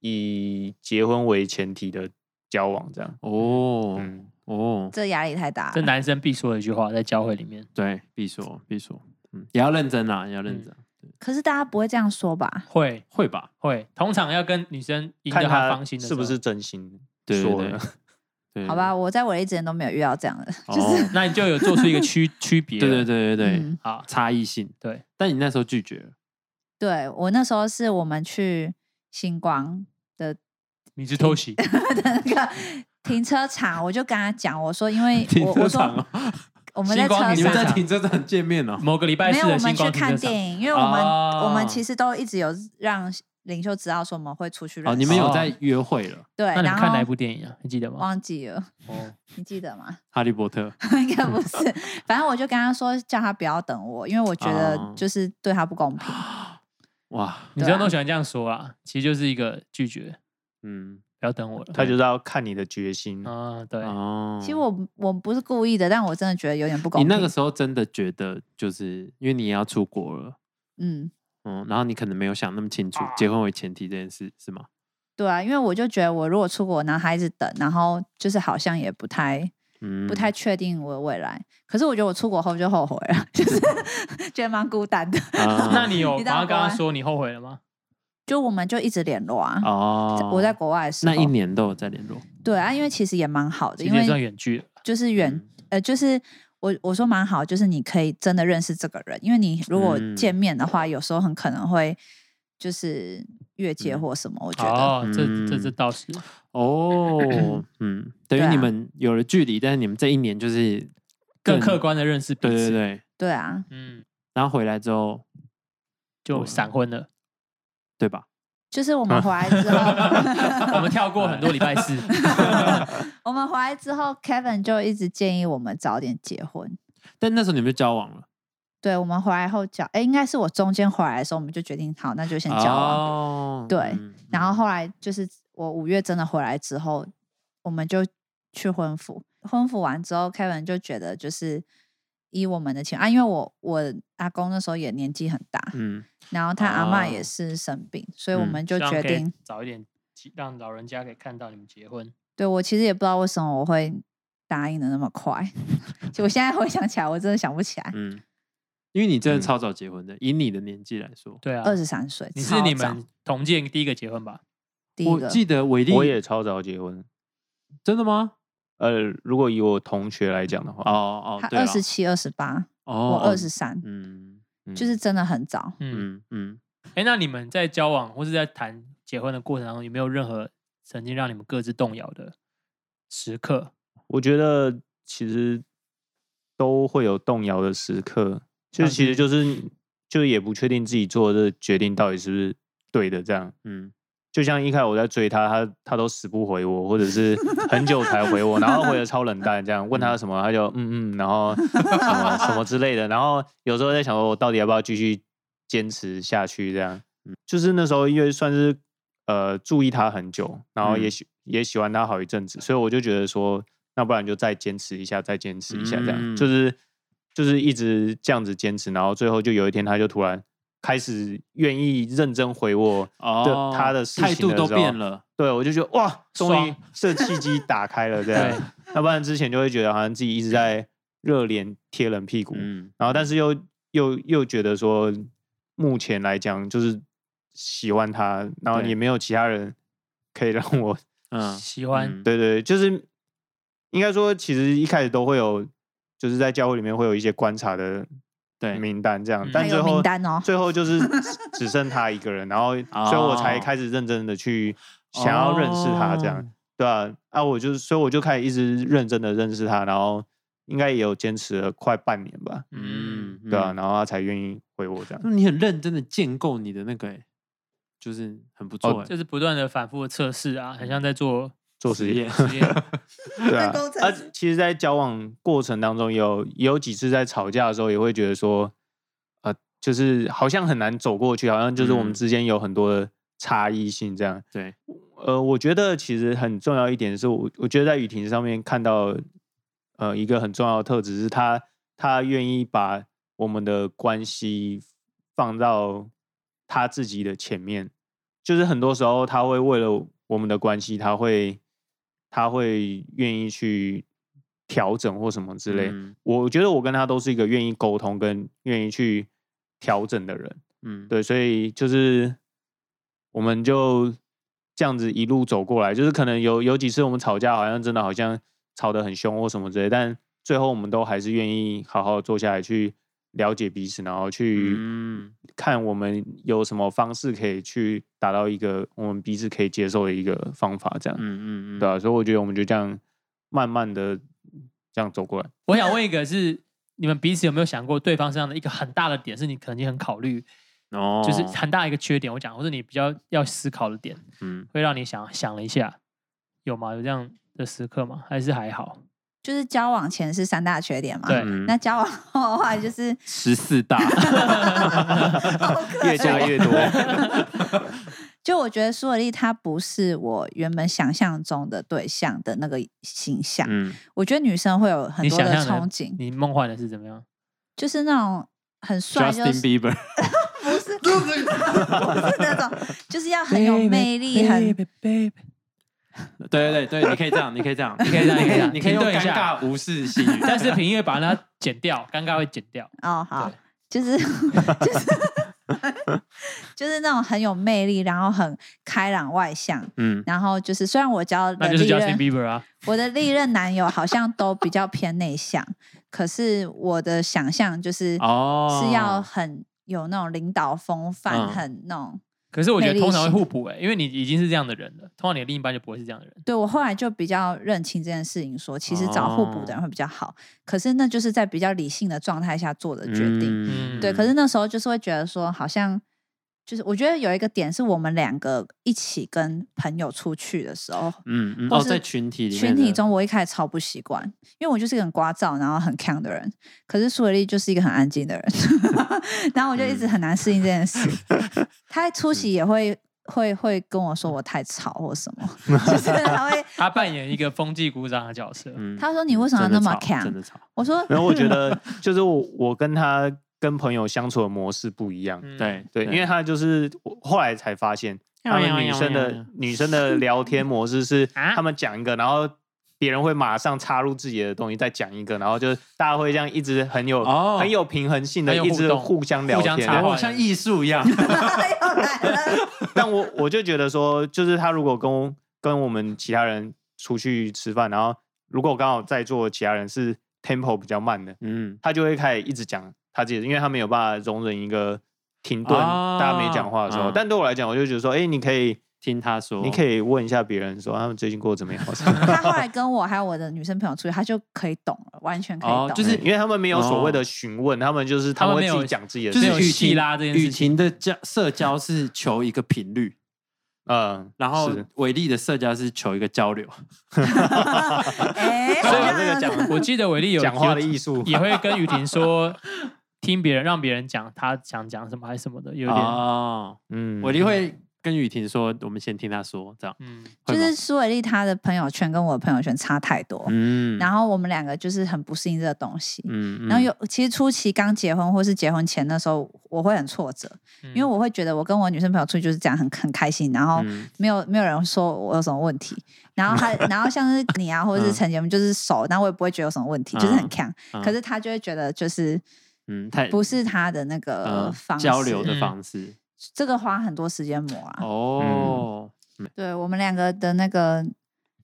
Speaker 4: 以结婚为前提的交往这样。
Speaker 3: 哦
Speaker 4: 嗯，
Speaker 3: 哦，
Speaker 2: 这压力太大
Speaker 1: 这
Speaker 2: 了。
Speaker 1: 男生必说的一句话，在教会里面
Speaker 3: 对，必说必说，嗯，也要认真啦，也要认真，
Speaker 2: 可是大家不会这样说吧？
Speaker 1: 会
Speaker 3: 会吧？
Speaker 1: 会，通常要跟女生赢
Speaker 4: 看
Speaker 1: 得她
Speaker 4: 他
Speaker 1: 芳心的时
Speaker 4: 是
Speaker 1: 候
Speaker 4: 不是？真心
Speaker 3: 对对
Speaker 4: 说
Speaker 3: 对
Speaker 4: 了，
Speaker 3: 对，
Speaker 2: 好
Speaker 1: 嗯
Speaker 2: 吧，，我在我一之前都没有遇到这样的，
Speaker 3: 哦
Speaker 2: 就是
Speaker 1: 那你就有做出一个区区别。
Speaker 3: 对对，对对对
Speaker 2: 嗯，
Speaker 1: 好，
Speaker 3: 差异性。
Speaker 1: 对，
Speaker 3: 但你那时候拒绝了，
Speaker 2: 对我那时候是我们去星光 的
Speaker 1: 你是偷 袭，
Speaker 2: 那个停车场，我就跟他讲，我说因 为
Speaker 3: 停
Speaker 2: 我
Speaker 3: 车
Speaker 2: 我
Speaker 3: 场
Speaker 2: 说
Speaker 3: 哦
Speaker 2: 我们
Speaker 1: 星
Speaker 2: 在
Speaker 1: 光
Speaker 2: 车
Speaker 1: 你
Speaker 3: 你
Speaker 1: 们
Speaker 3: 们在
Speaker 2: 上。
Speaker 3: 停车场见面哦。
Speaker 1: 某个礼拜
Speaker 2: 没
Speaker 1: 四
Speaker 2: 有，我
Speaker 1: 的星
Speaker 2: 们去
Speaker 1: 光停
Speaker 2: 看
Speaker 1: 车场。
Speaker 2: 电影，因为我们、我们
Speaker 3: 哦
Speaker 2: 其实都一直有让领袖知道说我们会出去认
Speaker 3: 哦，
Speaker 2: 识。
Speaker 3: 你们有
Speaker 1: 哦
Speaker 3: 在约会了，《
Speaker 2: 对，
Speaker 1: 那你们
Speaker 2: 然后
Speaker 1: 看哪一部电影啊？你记得吗？
Speaker 2: 忘记了，
Speaker 1: 哦，
Speaker 2: 你记得吗？
Speaker 3: 哈利波特》
Speaker 2: 应该不是，反正我就跟他说叫他不要等我，因为我觉得
Speaker 3: 哦
Speaker 2: 就是对他不公平。
Speaker 3: 哇，
Speaker 1: 女
Speaker 2: 对啊
Speaker 1: 生都喜欢这样说啊，其实就是一个拒绝，
Speaker 3: 嗯，
Speaker 1: 不要等我了。
Speaker 4: 他就是要看你的决心。
Speaker 1: 啊，对，
Speaker 3: 哦，
Speaker 2: 其实我我不是故意的，但我真的觉得有点不公
Speaker 3: 你
Speaker 2: 平。
Speaker 3: 那个时候真的觉得，就是因为你也要出国了，
Speaker 2: 嗯，
Speaker 3: 嗯，然后你可能没有想那么清楚
Speaker 2: 哦
Speaker 1: 啊
Speaker 3: 结婚为前提这件事，是吗？
Speaker 2: 对啊，因为我就觉得我如果出国，然后他一直等，然后就是好像也不太
Speaker 3: 嗯
Speaker 2: 不太确定我的未来。可是我觉得我出国后就后悔了， 就是觉得蛮孤单的。
Speaker 3: 啊
Speaker 1: 那你有
Speaker 2: 你到
Speaker 1: 帮他跟
Speaker 2: 国
Speaker 1: 他
Speaker 2: 外
Speaker 1: 说你后悔了吗？
Speaker 2: 就我们就一直联络啊，
Speaker 3: 哦，
Speaker 2: 我在国外的时
Speaker 3: 那
Speaker 2: 候，
Speaker 3: 一年都有在联络，
Speaker 2: 对啊，因为其实也蛮好的，
Speaker 1: 其
Speaker 2: 因
Speaker 1: 实也算
Speaker 2: 为
Speaker 1: 远距了，
Speaker 3: 嗯
Speaker 2: 就是远、呃，就是我我说蛮好，就是你可以真的认识这个人，因为你如果
Speaker 3: 嗯
Speaker 2: 见面的话，有时候很可能会就是越界
Speaker 3: 嗯
Speaker 2: 或什么，我觉得。
Speaker 1: 哦，这这这
Speaker 3: 嗯
Speaker 1: 倒是，
Speaker 3: 哦，嗯，等于
Speaker 2: 对啊
Speaker 3: 你们有了距离，但是你们这一年就是
Speaker 1: 更客，观的认识彼
Speaker 3: 对对
Speaker 1: 此。
Speaker 3: 对，
Speaker 2: 对啊，
Speaker 1: 嗯，
Speaker 3: 然后回来之后，
Speaker 1: 就闪婚了。
Speaker 3: 对吧？
Speaker 2: 就 是我们回来之后，
Speaker 1: 我们跳过很多礼拜四，
Speaker 2: 我们回来之后，Kevin 就一直建议我们早点结婚。
Speaker 3: 但那时候你们就交往了，
Speaker 2: 对我们回来后交，哎，应该是我中间回来的时候，我们就决定好，那就先交往。
Speaker 3: 哦
Speaker 2: 对
Speaker 3: 嗯
Speaker 2: 然后后来就是我五月真的回来之后，我们就去婚服。婚服完之后，Kevin 就觉得就是以我们的情啊，因为我我阿公那时候也年纪很大，
Speaker 3: 嗯，
Speaker 2: 然后他阿嬷也
Speaker 3: 哦
Speaker 2: 是生病，所以我
Speaker 3: 嗯
Speaker 2: 们 就
Speaker 1: 希望
Speaker 2: 决
Speaker 1: 可以
Speaker 2: 定，
Speaker 1: 早一点让老人家可以看到你们结婚。
Speaker 2: 对我其实也不知道为什么我会答应的那么快， 就我现在回想起来，我真的想不起来，
Speaker 3: 嗯，因为你真的
Speaker 4: 嗯
Speaker 3: 超早结婚的，以你的年纪来说，
Speaker 1: 对啊，
Speaker 2: 二十三岁，
Speaker 1: 你
Speaker 2: 超
Speaker 1: 是你
Speaker 2: 早
Speaker 1: 们同届第一个结婚吧？
Speaker 2: 第一
Speaker 3: 我
Speaker 2: 个，
Speaker 3: 记得伟力
Speaker 4: 我也超早结婚。
Speaker 3: 真的吗？
Speaker 4: 呃，如果以我同学来讲的话，
Speaker 3: 哦哦，
Speaker 2: 他
Speaker 3: 对
Speaker 2: 二
Speaker 3: 啦
Speaker 2: 十，七、二十八，
Speaker 3: 哦，
Speaker 2: 我
Speaker 3: 哦
Speaker 2: 二十，三，
Speaker 3: 嗯
Speaker 4: 嗯
Speaker 2: 就是真的很早。
Speaker 1: 嗯，
Speaker 3: 嗯嗯，
Speaker 1: 哎，那你们在交往或是在谈结婚的过程当中，有没有任何曾经让你们各自动摇的时刻？
Speaker 4: 我觉得其实都会有动摇的时刻，就
Speaker 1: 像
Speaker 4: 其
Speaker 1: 是
Speaker 4: 实就是就也不确定自己做的这个决定到底是不是对的。这样，
Speaker 3: 嗯
Speaker 4: 就像一开始我在追他，他他都死不回我，或者是很久才回我，然后回的超冷淡，这样问他什么，他就嗯嗯，然后什么啊什么之类的，然后有时候在想说我到底要不要继续坚持下去，这样，嗯就是那时候因为算是呃注意他很久，然后也
Speaker 3: 嗯
Speaker 4: 喜、也喜欢他好一阵子，所以我就觉得说，那不然就再坚持一下，再坚持一下，这样、
Speaker 3: 嗯
Speaker 4: 就是就是一直这样子坚持，然后最后就有一天他就突然。开始愿意认真回我，
Speaker 3: 哦，
Speaker 4: 他的事
Speaker 3: 态
Speaker 4: 情
Speaker 3: 度
Speaker 4: 的
Speaker 3: 都
Speaker 4: 时候
Speaker 3: 变了，
Speaker 4: 对，我就觉得哇，终于
Speaker 1: 爽
Speaker 4: 这契机打开了，这
Speaker 3: 啊
Speaker 4: 样。要不然之前就会觉得好像自己一直在热脸贴冷屁股，
Speaker 3: 嗯，
Speaker 4: 然后但是又又又觉得说，目前来讲就是喜欢他，然后
Speaker 3: 对
Speaker 4: 也没有其他人可以让 我，
Speaker 3: 嗯，
Speaker 1: 喜欢
Speaker 3: 嗯
Speaker 4: 对对，就是应该说，其实一开始都会有，就是在教会里面会有一些观察的
Speaker 3: 对，
Speaker 4: 名单这样
Speaker 1: 嗯，
Speaker 4: 但
Speaker 2: 还
Speaker 4: 最
Speaker 2: 有
Speaker 4: 后
Speaker 2: 名单哦
Speaker 4: 最后就是只只剩他一个人，然后所以我才
Speaker 3: 哦
Speaker 4: 开始认真的去想要认识他这样，
Speaker 3: 哦
Speaker 4: 对啊，啊，我就所以我就开始一直认真的认识他，然后应该也有坚持了快半年吧，
Speaker 1: 嗯，
Speaker 4: 对啊，，然后他才愿意回我这样。
Speaker 3: 那你很认真的建构你的那个、欸，就是很不错、欸
Speaker 1: 就是不断的反复的测试啊，
Speaker 3: 嗯
Speaker 1: 很像在做
Speaker 4: 哦做实 验，
Speaker 1: 实验。
Speaker 4: 对 啊
Speaker 2: 工，程
Speaker 4: 啊
Speaker 2: 师，
Speaker 4: 其实，在交往过程当中有，也有几次在吵架的时候，也会觉得说，呃，就是好像很难走过去，好像就是我们
Speaker 3: 嗯
Speaker 4: 之间有很多的差异性这样。
Speaker 3: 对，
Speaker 4: 呃，我觉得其实很重要一点是我，我觉得在雨婷上面看到，呃，一个很重要的特质是她，她愿意把我们的关系放到她自己的前面，就是很多时候她会为了我们的关系，她会，她会愿意去调整或什么之类。
Speaker 3: 嗯
Speaker 4: 我觉得我跟她都是一个愿意沟通跟愿意去调整的人。
Speaker 3: 嗯，
Speaker 4: 对，所以就是我们就这样子一路走过来，就是可能有有几次我们吵架，好像真的好像吵得很凶或什么之类，但最后我们都还是愿意好好坐下来去了解彼此，然后去
Speaker 3: 嗯，
Speaker 4: 看我们有什么方式可以去达到一个我们彼此可以接受的一个方法，这样
Speaker 3: 嗯，嗯嗯，
Speaker 4: 对啊，所以我觉得我们就这样慢慢的这样走 过来。
Speaker 1: 我想问一个是。你们彼此有没有想过对方身上的一个很大的点，是你肯定很考虑，
Speaker 3: 哦，
Speaker 1: 就是很大一个缺点？我讲，或者你比较要思考的点，
Speaker 3: 嗯，
Speaker 1: 会让你想想了一下，有吗？有这样的时刻吗？还是还好？
Speaker 2: 就是交往前是三大缺点嘛，
Speaker 1: 对
Speaker 3: 嗯
Speaker 2: 那交往后的 话就是
Speaker 3: 十四大，
Speaker 4: 越加 越多，
Speaker 2: 就我觉得苏尔利他不是我原本想象中的对象的那个形象。
Speaker 3: 嗯，
Speaker 2: 我觉得女生会有很
Speaker 1: 你
Speaker 2: 多
Speaker 1: 想象的
Speaker 2: 憧憬，
Speaker 1: 你梦幻的是怎么样？
Speaker 2: 就是那种很帅，就
Speaker 3: Justin
Speaker 2: 是
Speaker 3: Bieber，
Speaker 2: 不是 不是那种，就是要很有魅力，很
Speaker 3: 对对对对，你可以这样，你可以 这样，你可
Speaker 1: 以这样
Speaker 3: 你
Speaker 1: 你可以这样
Speaker 3: 你可以用
Speaker 1: 停顿一
Speaker 3: 尴
Speaker 1: 下
Speaker 3: 尬无视细语，
Speaker 1: 但是平月把它剪掉，尴尬会剪掉。
Speaker 2: 哦，好
Speaker 1: 对，
Speaker 2: 就是 就是就是那种很有魅力，然后很开朗外向，
Speaker 3: 嗯，
Speaker 2: 然后就是虽然我交
Speaker 1: 那
Speaker 2: 的
Speaker 1: 就是
Speaker 2: 历
Speaker 1: Justin
Speaker 2: 任
Speaker 1: Bieber 啊，
Speaker 2: 我的历任男友好像都比较偏内向，可是我的想象就是
Speaker 3: 哦，
Speaker 2: 是要很有那种领导风范，
Speaker 3: 嗯
Speaker 2: 很那种。
Speaker 1: 可是我觉得
Speaker 2: 魅力
Speaker 1: 通常会
Speaker 2: 型
Speaker 1: 互补哎、因为你已经是这样的人了，通常你的另一半就不会是这样的人。
Speaker 2: 对我后来就比较认清这件事情说其实找互
Speaker 3: 哦
Speaker 2: 补的人会比较好。可是那就是在比较理性的状态下做的决定。
Speaker 3: 嗯
Speaker 2: 对，可是那时候就是会觉得说，好像就是我觉得有一个点是我们两个一起跟朋友出去的时候，
Speaker 3: 嗯嗯，
Speaker 2: 或
Speaker 3: 哦，
Speaker 2: 是
Speaker 3: 在群体里面
Speaker 2: 群
Speaker 3: 的，
Speaker 2: 体中我一开始超不习惯，因为我就是一个很聒噪然后很强的人，可是苏伟丽就是一个很安静的人，
Speaker 3: 嗯
Speaker 2: 然后我就一直很难适应这 件事。他初
Speaker 3: 嗯
Speaker 2: 期也会会会跟我说我太吵或什 么，就是他会
Speaker 1: 他扮演一个风纪鼓掌的角色，
Speaker 3: 嗯，
Speaker 2: 他说你为什么要
Speaker 3: 真的
Speaker 2: 那么
Speaker 3: 吵
Speaker 2: 强
Speaker 3: 真的吵，
Speaker 2: 我说
Speaker 4: 然后我觉得就是我我跟他跟朋友相处的模式不一样，
Speaker 1: 嗯
Speaker 3: 对
Speaker 4: 对，因为他就是我后来才发
Speaker 1: 哦
Speaker 4: 现，
Speaker 3: 哎
Speaker 4: 他
Speaker 3: 呀
Speaker 4: 们
Speaker 3: 呀
Speaker 4: 女生
Speaker 3: 呀呀
Speaker 4: 的 女生的聊天模式是
Speaker 1: 啊
Speaker 4: 他们讲一个，然后别人会马上插入自己的东西，再讲一个，然后就是大家会这样一直很有
Speaker 3: 哦
Speaker 4: 很有平衡性的，
Speaker 1: 很有互
Speaker 4: 一直
Speaker 1: 动
Speaker 4: 互相聊
Speaker 1: 互相
Speaker 4: 天
Speaker 1: 插。
Speaker 3: 然
Speaker 1: 话
Speaker 3: 后像艺术 一样，
Speaker 2: 又来 了，
Speaker 4: 但我我就觉得说，就是他如果跟我跟我们其他人出去吃饭，然后如果刚好在座其他人是 tempo 比较慢的，
Speaker 3: 嗯，
Speaker 4: 他就会开始一直讲他自己的，因为他没有办法容忍一个停顿，
Speaker 3: 啊
Speaker 4: 大家没讲话的时候。
Speaker 3: 嗯
Speaker 4: 但对我来讲，我就觉得说，哎、你可以，
Speaker 3: 听他说，
Speaker 4: 你可以问一下别人说，他们最近过得 怎么样？
Speaker 2: 他后来跟我还有我的女生朋友出去，他就可以懂了，完全可以
Speaker 3: 哦
Speaker 2: 懂 了。
Speaker 3: 就是哦
Speaker 4: 嗯 因为他们没有所谓的询问，他们就是
Speaker 1: 他
Speaker 4: 他
Speaker 1: 们
Speaker 4: 们
Speaker 1: 没
Speaker 4: 会
Speaker 1: 有
Speaker 4: 自己讲自己的
Speaker 3: 就
Speaker 4: 事，
Speaker 3: 是
Speaker 1: 没有
Speaker 3: 雨
Speaker 1: 细
Speaker 3: 晴
Speaker 1: 拉这件事
Speaker 3: 雨晴的交社交是求一个频率，
Speaker 4: 嗯，
Speaker 3: 然后
Speaker 4: 是
Speaker 3: 伟力的社交是求一个交流，
Speaker 2: 哎，
Speaker 4: 所以
Speaker 2: 好
Speaker 4: 我
Speaker 2: 像
Speaker 4: 这个讲
Speaker 1: 我记得伟 力有
Speaker 4: 讲话的艺术
Speaker 1: 有也会跟雨婷说，听别人让别人讲他想讲什么还是什么的，有点、
Speaker 3: 哦，
Speaker 4: 嗯，
Speaker 3: 伟力会跟雨婷说，我们先听他说，这样，
Speaker 1: 嗯，
Speaker 2: 就
Speaker 3: 会吗
Speaker 2: 是苏伟丽她的朋友圈跟我的朋友圈差太多，
Speaker 3: 嗯
Speaker 2: 然后我们两个就是很不适应这个东西。
Speaker 3: 嗯
Speaker 2: 然后有，其实初期刚结婚或是结婚前那时候，我会很挫折，
Speaker 1: 嗯
Speaker 2: 因为我会觉得我跟我女生朋友出去就是这样很很开心，然后
Speaker 3: 嗯
Speaker 2: 没有没有人说我有什么问题，然 后他然后像是你啊或者是陈杰们就是熟，那我也不会觉得有什么问题，就是很
Speaker 3: 嗯
Speaker 2: 强，
Speaker 3: 嗯
Speaker 2: 可是他就会觉得就是
Speaker 3: 嗯太
Speaker 2: 不是他的那
Speaker 3: 呃
Speaker 2: 个方式
Speaker 3: 交流的
Speaker 1: 嗯
Speaker 3: 方式
Speaker 2: 这个花很多时间磨啊。
Speaker 3: 哦，
Speaker 2: 对我们两个的那个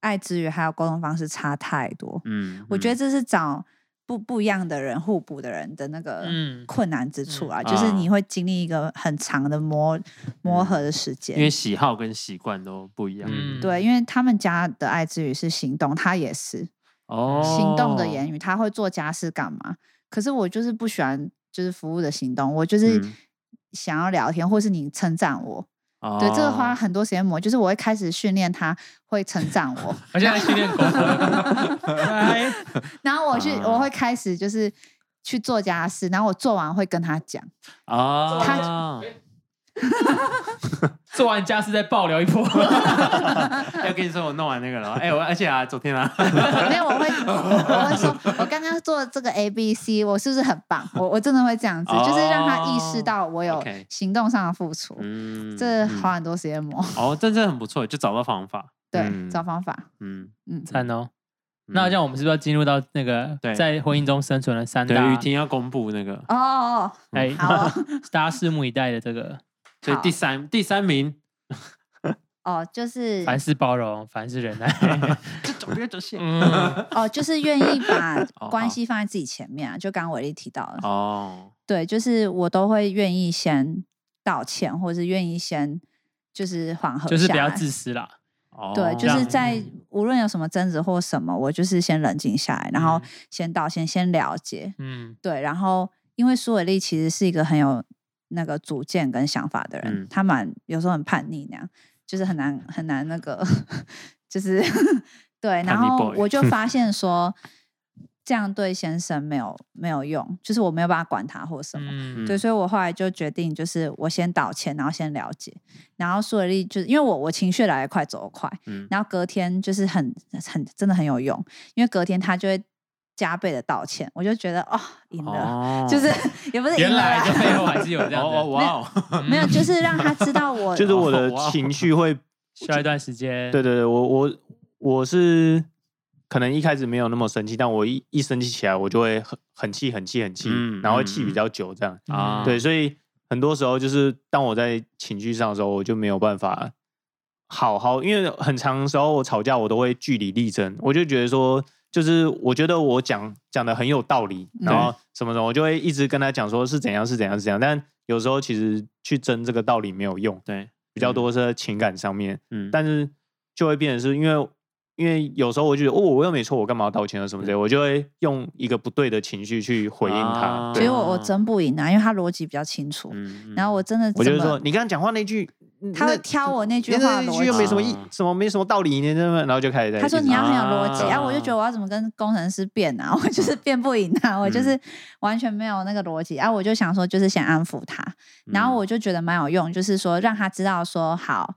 Speaker 2: 爱之语还有沟通方式差太多，
Speaker 3: 嗯，
Speaker 2: 我觉得
Speaker 3: 嗯
Speaker 2: 这是找不不一样的人互补的人的那个
Speaker 1: 嗯
Speaker 2: 困难之处啊，
Speaker 3: 嗯
Speaker 2: 就是
Speaker 3: 啊
Speaker 2: 你会经历一个很长的磨磨合的时间。
Speaker 3: 因为喜好跟习惯都不一样，
Speaker 1: 嗯
Speaker 2: 对，因为他们家的爱之语是行动，他也是
Speaker 3: 哦，
Speaker 2: 行动的言语，他会做家事干嘛？可是我就是不喜欢就是服务的行动，我就是
Speaker 3: 嗯
Speaker 2: 想要聊天，或是你称赞我。
Speaker 3: 哦，
Speaker 2: 对，这个花很多时间磨，就是我会开始训练他会称赞 我，
Speaker 1: 而且在训练狗狗，哎
Speaker 2: 然后我去，
Speaker 3: 啊
Speaker 2: 我会开始就是去做家事，然后我做完会跟他讲，
Speaker 3: 啊，
Speaker 1: 做完家事再爆聊一 波，
Speaker 3: 要跟你说，我弄完那个了。哎、我而且啊，昨 天啊，
Speaker 2: 没有，我会我会说，我刚刚做这个 A B C，我是不是很棒？我我真的会这样子，就是让他意识到我有
Speaker 3: OK
Speaker 2: 行动上的付出，
Speaker 3: 嗯
Speaker 2: 这
Speaker 3: 嗯
Speaker 2: 花很多时间磨，
Speaker 3: 哦，这真的很不错，就找到方法。
Speaker 2: 对，
Speaker 4: 嗯
Speaker 2: 找方法，
Speaker 3: 嗯，
Speaker 2: 嗯，
Speaker 1: 赞哦。
Speaker 3: 嗯
Speaker 1: 那这样我们是不是要进入到那个
Speaker 3: 对
Speaker 1: 在婚姻中生存的三
Speaker 3: 对
Speaker 1: 大
Speaker 3: 雨？婷要公布那个，
Speaker 2: 哦哦，
Speaker 1: 哎
Speaker 2: 哦，好哦
Speaker 1: 大家拭目以待的这个，
Speaker 3: 所以
Speaker 2: 好
Speaker 3: 第三第三名，
Speaker 2: 哦，就是
Speaker 1: 凡事包容，凡事忍耐。
Speaker 3: 这种别走线
Speaker 1: 嗯，
Speaker 2: 哦，就是愿意把
Speaker 3: 哦
Speaker 2: 关系放在自己前面啊，就刚刚伟丽提到的，
Speaker 3: 哦，
Speaker 2: 对，就是我都会愿意先道歉，或是愿意先就是缓和，
Speaker 1: 就是不要自。私啦。
Speaker 3: 哦，
Speaker 2: 对，就
Speaker 1: 这
Speaker 2: 是
Speaker 1: 样
Speaker 2: 在
Speaker 3: 嗯
Speaker 2: 无论有什么争执或什么，我就是先冷静下来，然后
Speaker 1: 嗯
Speaker 2: 先道歉，先了解。
Speaker 1: 嗯
Speaker 2: 对，然后因为苏伟丽其实是一个很有那个主见跟想法的人，
Speaker 3: 嗯
Speaker 2: 他蛮有时候很叛逆那样，就是很难很难那个，就是对。然
Speaker 3: 叛逆
Speaker 2: 后
Speaker 3: boy
Speaker 2: 我就 发现说，这样对先生没有没有用，就是我没有办法管他或什么。
Speaker 1: 嗯，
Speaker 2: 对，所以我后来就决定，就是我先道歉，然后先了解，然后苏伟丽就是因为我我情绪来得快，走得快，
Speaker 3: 嗯
Speaker 2: 然后隔天就是很很真的很有用，因为隔天他就会加倍的道歉，我就觉得哦赢了，
Speaker 3: 哦，
Speaker 2: 就是 也不是赢
Speaker 1: 原
Speaker 2: 了
Speaker 1: 来
Speaker 2: 啦
Speaker 1: 这背后还是有
Speaker 3: 哦
Speaker 1: 这样
Speaker 3: 哦
Speaker 1: 的。
Speaker 3: 哇哦，
Speaker 2: 哦没有，就是让他知道我
Speaker 4: 就是我 的
Speaker 3: 哇哦
Speaker 4: 情绪会
Speaker 1: 需要一段时间。
Speaker 4: 对对对，我我我是可能一开始没有那么生气，但我一一生气起来，我就会很很气、很气、很气，
Speaker 3: 嗯
Speaker 4: 然后会
Speaker 3: 嗯
Speaker 4: 气
Speaker 3: 嗯
Speaker 4: 比较久这样。
Speaker 3: 啊
Speaker 4: 对，所以很多时候就是当我在情绪上的时候，我就没有办法好好，因为很长时候我吵架，我都会据理力争，我就觉得说，就是我觉得我讲讲的很有道理，然后什么什么，我就会一直跟他讲说是怎样是怎样是怎样，但有时候其实去争这个道理没有用，
Speaker 3: 对，
Speaker 4: 比较多是在情感上面，
Speaker 3: 嗯，
Speaker 4: 但是就会变成是因为。因为有时候我就觉得哦，我又没错，我干嘛要道歉啊什么之类的，我就会用一个不对的情绪去回应他
Speaker 3: 啊。
Speaker 4: 对
Speaker 2: 其实我我争不赢啊，因为他逻辑比较清楚。
Speaker 3: 嗯
Speaker 2: 然后我真的
Speaker 4: 我
Speaker 2: 怎
Speaker 4: 就是
Speaker 2: 么
Speaker 4: 说，你刚刚讲话那句，嗯
Speaker 2: 他会
Speaker 4: 那
Speaker 2: 挑我那句
Speaker 4: 你
Speaker 2: 话
Speaker 4: 那
Speaker 2: 的
Speaker 4: 句又
Speaker 2: 逻
Speaker 4: 没什
Speaker 2: 辑。
Speaker 4: 么意，什么没什么道理，你那么然后就开始在
Speaker 2: 他说
Speaker 4: 一直
Speaker 2: 你要
Speaker 4: 骂
Speaker 2: 很有逻辑，
Speaker 3: 啊
Speaker 2: 啊，我就觉得我要怎么跟工程师辩啊？ 我就是辩不赢他，我就
Speaker 3: 嗯
Speaker 2: 是完全没有那个逻辑啊！我就想说，就是想安抚他，然
Speaker 3: 嗯
Speaker 2: 后我就觉得蛮有用，就是说让他知道说好，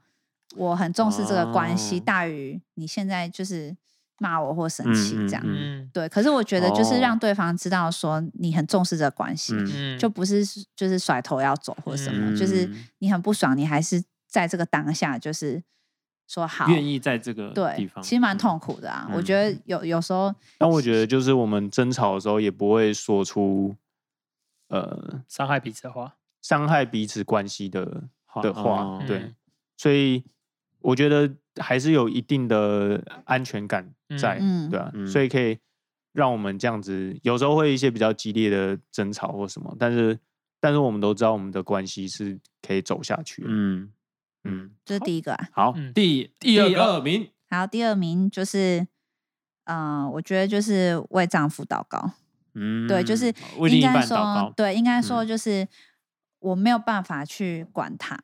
Speaker 2: 我很重视这个关系，
Speaker 3: 哦
Speaker 2: 大于你现在就是骂我或生气这样。
Speaker 3: 嗯
Speaker 1: 嗯
Speaker 2: 对，可是我觉得就是
Speaker 3: 哦
Speaker 2: 让对方知道说你很重视这个关系，
Speaker 3: 嗯
Speaker 1: 嗯，
Speaker 2: 就不是就是甩头要走或什么，就是
Speaker 3: 嗯
Speaker 2: 你很不爽，你还是在这个当下就是说好，
Speaker 3: 愿意在这个地
Speaker 2: 对
Speaker 3: 方，，
Speaker 2: 其实蛮
Speaker 3: 嗯
Speaker 2: 痛苦的啊。我
Speaker 3: 嗯
Speaker 2: 觉得有有时候
Speaker 4: 但我觉得就是我们争吵的时候也不会说出呃
Speaker 1: 伤害彼此的话，
Speaker 4: 伤害彼此关系的
Speaker 3: 话
Speaker 4: 的话
Speaker 3: 哦，
Speaker 4: 对
Speaker 1: 嗯，
Speaker 4: 所以我觉得还是有一定的安全感在，
Speaker 2: 嗯嗯
Speaker 4: 对啊，
Speaker 3: 嗯
Speaker 4: 所以可以让我们这样子，有时候会一些比较激烈的争吵或什么，但是但是我们都知道我们的关系是可以走下去的，
Speaker 3: 嗯
Speaker 4: 嗯
Speaker 3: 嗯，
Speaker 2: 这是第一个啊。
Speaker 3: 好
Speaker 1: 嗯，
Speaker 3: 第
Speaker 1: 第二个
Speaker 3: 二名，
Speaker 2: 然后第二名就是，嗯、我觉得就是为丈夫祷告。
Speaker 3: 嗯，
Speaker 2: 对，就是
Speaker 3: 为另
Speaker 2: 应
Speaker 3: 一
Speaker 2: 该
Speaker 3: 半
Speaker 2: 说，
Speaker 3: 祷告，
Speaker 2: 对，应该
Speaker 3: 嗯
Speaker 2: 说就是我没有办法去管他。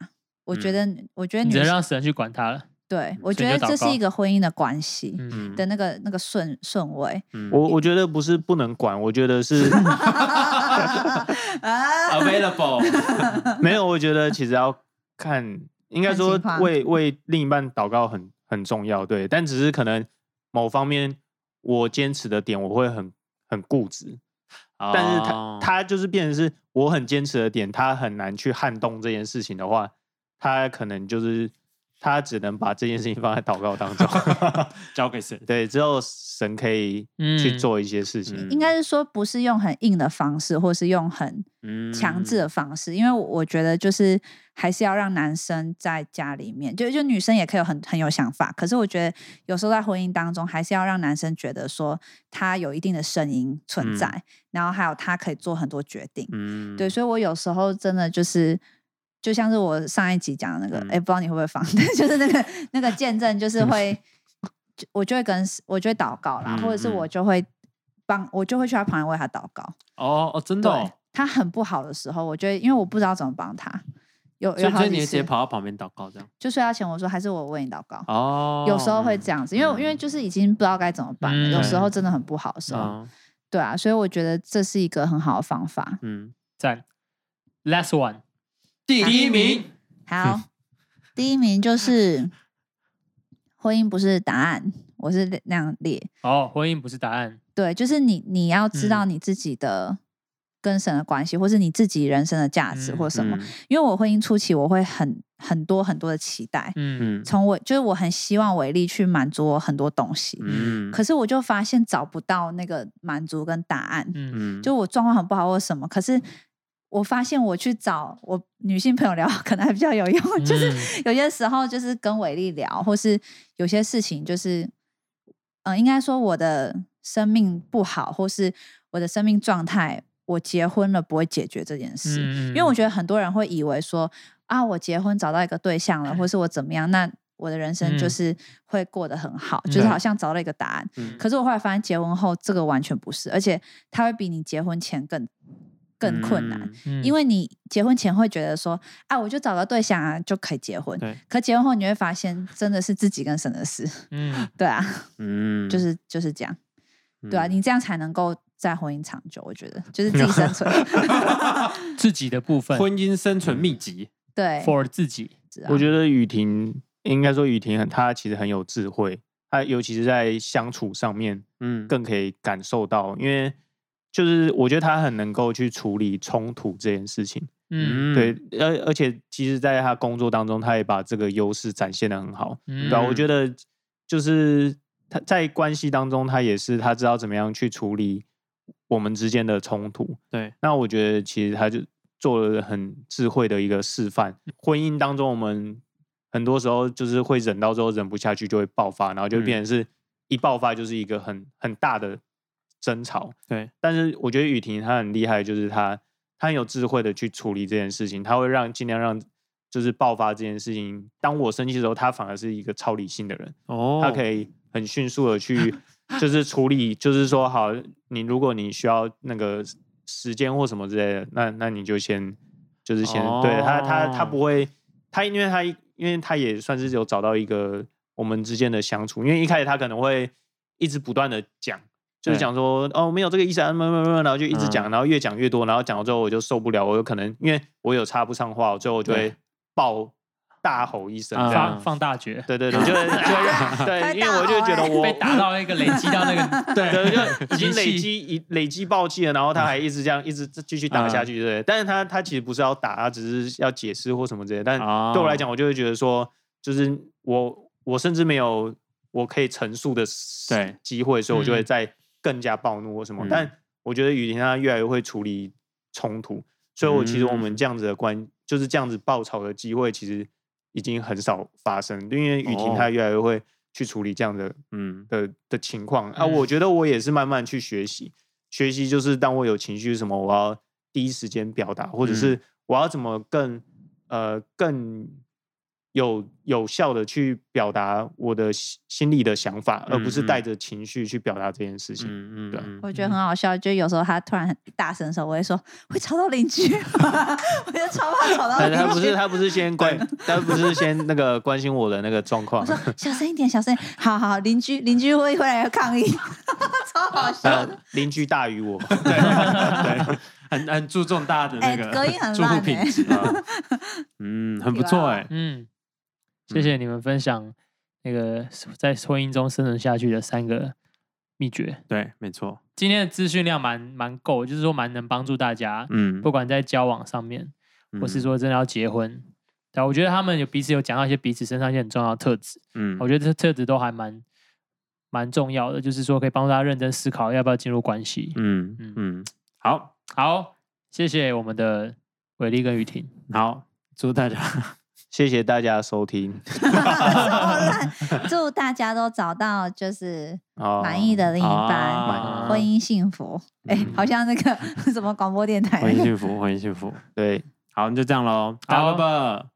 Speaker 2: 我觉得，我觉得
Speaker 1: 你
Speaker 2: 女
Speaker 1: 只能
Speaker 2: 生，
Speaker 1: 让神去管他了。
Speaker 2: 对我
Speaker 1: 所
Speaker 2: 觉
Speaker 1: 以就
Speaker 2: 得
Speaker 1: 祷
Speaker 2: 这是
Speaker 1: 告
Speaker 2: 一个婚姻的关系
Speaker 1: 嗯，
Speaker 3: 嗯
Speaker 2: 的那个那个顺顺位。
Speaker 3: 嗯
Speaker 4: 我我觉得不是不能管，我觉 得是
Speaker 2: 啊，
Speaker 3: available，
Speaker 4: 没有，我觉得其实要看，应该
Speaker 2: 看
Speaker 4: 说
Speaker 2: 情况
Speaker 4: 为为另一半祷告很很重要，对。但只是可能某方面我坚持的点，我会很很固执，但是他、
Speaker 3: 哦
Speaker 4: 他就是变成是我很坚持的点，他很难去撼动这件事情的话，他可能就是他只能把这件事情放在祷告 当中，
Speaker 3: 交给神，
Speaker 4: 对，之后神可以去
Speaker 1: 嗯
Speaker 4: 做一些事情，
Speaker 3: 嗯
Speaker 2: 应该是说不是用很硬的方式，或是用很
Speaker 3: 嗯
Speaker 2: 强制的方式，因为我我觉得就是还是要让男生在家里面，就就女生也可以有很很有想法，可是我觉得有时候在婚姻当中，还是要让男生觉得说他有一定的声音存
Speaker 3: 嗯
Speaker 2: 在，然后还有他可以做很多决定。
Speaker 3: 嗯，
Speaker 2: 对，所以我有时候真的就是，就像是我上一集讲的那个，哎、
Speaker 3: 嗯
Speaker 2: 不知道你会不会放， 就是那个那个见证，就是会，就我就会跟我就会祷告啦，或者是
Speaker 3: 嗯嗯
Speaker 2: 我就会帮我就会去他旁边为他祷告。
Speaker 3: 哦哦，真的
Speaker 2: 对、
Speaker 3: 哦，
Speaker 2: 他很不好的时候，我就会因为我不知道怎么帮他，有
Speaker 3: 所
Speaker 2: 有
Speaker 3: 以
Speaker 2: 好
Speaker 3: 所以你
Speaker 2: 几
Speaker 3: 直接
Speaker 2: 次
Speaker 3: 跑到旁边祷告这样，
Speaker 2: 就睡觉前我说还是我为你祷告。
Speaker 3: 哦，
Speaker 2: 有时候会这样子，因为我因为就是已经不知道该怎么办了。有时候
Speaker 3: 嗯
Speaker 2: 真的很不好的时候，
Speaker 3: 啊，
Speaker 2: 对啊，所以我觉得这是一个很好的方法。
Speaker 3: 嗯，
Speaker 1: 赞，last one，
Speaker 3: 第
Speaker 2: 一名，好，第一名就是婚姻不是答案，我是那样列。
Speaker 1: 哦，婚姻不是答案，
Speaker 2: 对，就是你你要知
Speaker 3: 嗯
Speaker 2: 道你自己的跟神的关系，或是你自己人生的价值
Speaker 1: 嗯
Speaker 2: 或什么。
Speaker 3: 嗯
Speaker 2: 因为我婚姻初期，我会很很多很多的期待，
Speaker 1: 嗯
Speaker 3: 嗯
Speaker 2: 从我就是我很希望伟力去满足我很多东西，
Speaker 3: 嗯，
Speaker 2: 可是我就发现找不到那个满足跟答案。
Speaker 1: 嗯
Speaker 3: 嗯
Speaker 2: 就我状况很不好或什么，可是我发现我去找我女性朋友聊， 可能还比较有用。嗯就是
Speaker 1: 嗯
Speaker 2: 有些时候就是跟伟丽聊，或是有些事情就是，嗯，应该说我的生命不好，或是我的生命状态，我结婚了不会解决这件事，
Speaker 1: 嗯，
Speaker 2: 因为我
Speaker 1: 得
Speaker 2: 觉得很多人会以为说啊，我结婚找到一个对象了，或是我怎么样，那。我的人生就
Speaker 1: 嗯
Speaker 2: 是会过得很好，就
Speaker 1: 对
Speaker 2: 是好像找到一个答案。
Speaker 3: 嗯
Speaker 2: 可是我后来发现，结婚后这个完全不是，而且它会比你结婚前更更困难，，
Speaker 3: 嗯
Speaker 2: 因
Speaker 1: 为
Speaker 2: 为你结婚前会觉得说啊，我就找到对象啊就可以结婚
Speaker 3: 对，
Speaker 2: 可结婚后你会发现真的是自己跟神的事，
Speaker 1: 嗯
Speaker 2: 对啊，
Speaker 3: 嗯，
Speaker 2: 就是就是这样，对啊，
Speaker 3: 嗯
Speaker 2: 你这样才能够在婚姻长久，我觉得就是自己生存，
Speaker 1: 自己的部分
Speaker 3: 婚姻生存秘籍，
Speaker 2: 对，
Speaker 1: for 自己，
Speaker 2: 是啊
Speaker 4: 我觉得雨婷应该说雨婷很，她其实很有智慧，她尤其是在相处上面
Speaker 3: 嗯，
Speaker 4: 更可以感受到，因为就是我觉得她很能够去处理冲突这件事情，
Speaker 1: 嗯
Speaker 4: 对，而而且其实，在他工作当中，他也把这个优势展现的很好，
Speaker 1: 嗯
Speaker 4: 对吧、我
Speaker 3: 嗯
Speaker 4: 觉得就是他在关系当中，他也是他知道怎么样去处理我们之间的冲突。
Speaker 3: 对，
Speaker 4: 那我觉得其实他就做了很智慧的一个示范。
Speaker 3: 嗯
Speaker 4: 婚姻当中，我们很多时候就是会忍到最后忍不下去，就会爆发，然后就
Speaker 3: 嗯
Speaker 4: 变成是一爆发就是一个很很大的争吵。
Speaker 3: 对，
Speaker 4: 但是我觉得雨婷她很厉害，就是她她很有智慧的去处理这件事情，她会让尽量让就是爆发这件事情。当我生气的时候，她反而是一个超理性的人，
Speaker 3: 哦，
Speaker 4: 她可以很迅速 的去就是处理，就是说好，你如果你需要那个时间或什么之类的，那那你就先就是先、对她她她
Speaker 3: 哦
Speaker 4: 不会，她因为她因为她也算是有找到一个我们之间的相处，因为一开始她可能会一直不断的讲。就是
Speaker 3: 对
Speaker 4: 讲说哦，没有这个意思啊，没有没有没有，然后就一直讲，
Speaker 3: 嗯
Speaker 4: 然后越讲越多，然后讲到最后我就受不了，我有可能因为我有插不上话，我最后就会
Speaker 3: 对
Speaker 4: 爆大吼一声
Speaker 3: 嗯
Speaker 4: 这
Speaker 1: 放
Speaker 4: 样。
Speaker 1: 放大决，
Speaker 4: 对对对，就会就会让对，因为我就觉得 我
Speaker 1: 被打到那个累积到那个对
Speaker 4: 对，就已经累积已累积爆气了，然后他还一直这样一直继续打
Speaker 1: 嗯
Speaker 4: 下去，对不对？但是他他其实不是要打，他只是要解释或什么之类的。但
Speaker 3: 哦
Speaker 4: 对我来讲，我就会觉得说，就是我我甚至没有我可以陈述的
Speaker 3: 对
Speaker 4: 机会，所以我就会
Speaker 1: 嗯
Speaker 4: 再更加暴怒或什么。
Speaker 3: 嗯
Speaker 4: 但我觉得雨婷她越来越会处理冲突，所以我其实我们
Speaker 3: 嗯
Speaker 4: 这样子的关，就是这样子爆吵的机会，其实已经很少发生，因为雨婷
Speaker 3: 哦
Speaker 4: 她越来越会去处理这样的
Speaker 3: 嗯，
Speaker 4: 的的情况啊，
Speaker 1: 嗯
Speaker 4: 我觉得我也是慢慢去学习，学习就是当我有情绪什么，我要第一时间表达，或者
Speaker 3: 嗯
Speaker 4: 是我要怎么更呃更有有效的去表达我的心心里的想法，而不是
Speaker 3: 嗯嗯
Speaker 4: 带着情绪去表达这件事情。
Speaker 3: 嗯
Speaker 4: 对
Speaker 3: 嗯
Speaker 2: 我觉得很好笑，就有时候他突然很大声的时候，我会说会吵到邻居， 我就超怕吵到
Speaker 3: 哎
Speaker 4: 但
Speaker 2: 邻
Speaker 4: 是他不
Speaker 2: 居
Speaker 4: 是。他不是先关，他不是先那个关心我的那个状
Speaker 2: 我
Speaker 4: 况。
Speaker 2: 说小声一点，小声一点，好好，邻居邻居会会来抗议， 超好笑
Speaker 4: 呃
Speaker 2: 的。，
Speaker 4: 邻居大于我，
Speaker 3: 嗯，对，很很注重大家的那
Speaker 2: 哎
Speaker 3: 个
Speaker 2: 隔音很
Speaker 3: 住户
Speaker 2: 烂
Speaker 3: 品
Speaker 2: 哎
Speaker 3: 质，啊 嗯，很不
Speaker 2: 对啊
Speaker 3: 错哎，
Speaker 1: 嗯，谢谢你们分享那个在婚姻中生存下去的三个秘诀。
Speaker 3: 对，没错，
Speaker 1: 今天的资讯量蛮蛮够，就是说蛮能帮助大家，
Speaker 3: 嗯，
Speaker 1: 不管在交往上面，或是说真的要结婚，对啊，我觉得他们有彼此有讲到一些彼此身上一些很重要的特质，
Speaker 3: 嗯，嗯，
Speaker 1: 我觉得这特质都还蛮蛮重要的，就是说可以帮助大家认真思考要不要进入关系。
Speaker 3: 嗯
Speaker 1: 嗯
Speaker 3: 嗯，好
Speaker 1: 好，谢谢我们的伟力跟雨婷，
Speaker 3: 好，祝大 家
Speaker 4: 谢谢大家的收听，
Speaker 2: 祝大家都找到就是
Speaker 4: 哦
Speaker 2: 满意的另一半，
Speaker 3: 啊嗯
Speaker 2: 婚姻幸福。哎、好像那个 什么广播电台，
Speaker 3: 婚姻幸福，婚姻幸福，
Speaker 4: 对。
Speaker 3: 好，那就这样喽，大家
Speaker 1: 好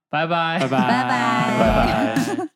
Speaker 3: 拜拜，拜拜，
Speaker 1: 拜拜，
Speaker 2: 拜拜
Speaker 3: 拜拜。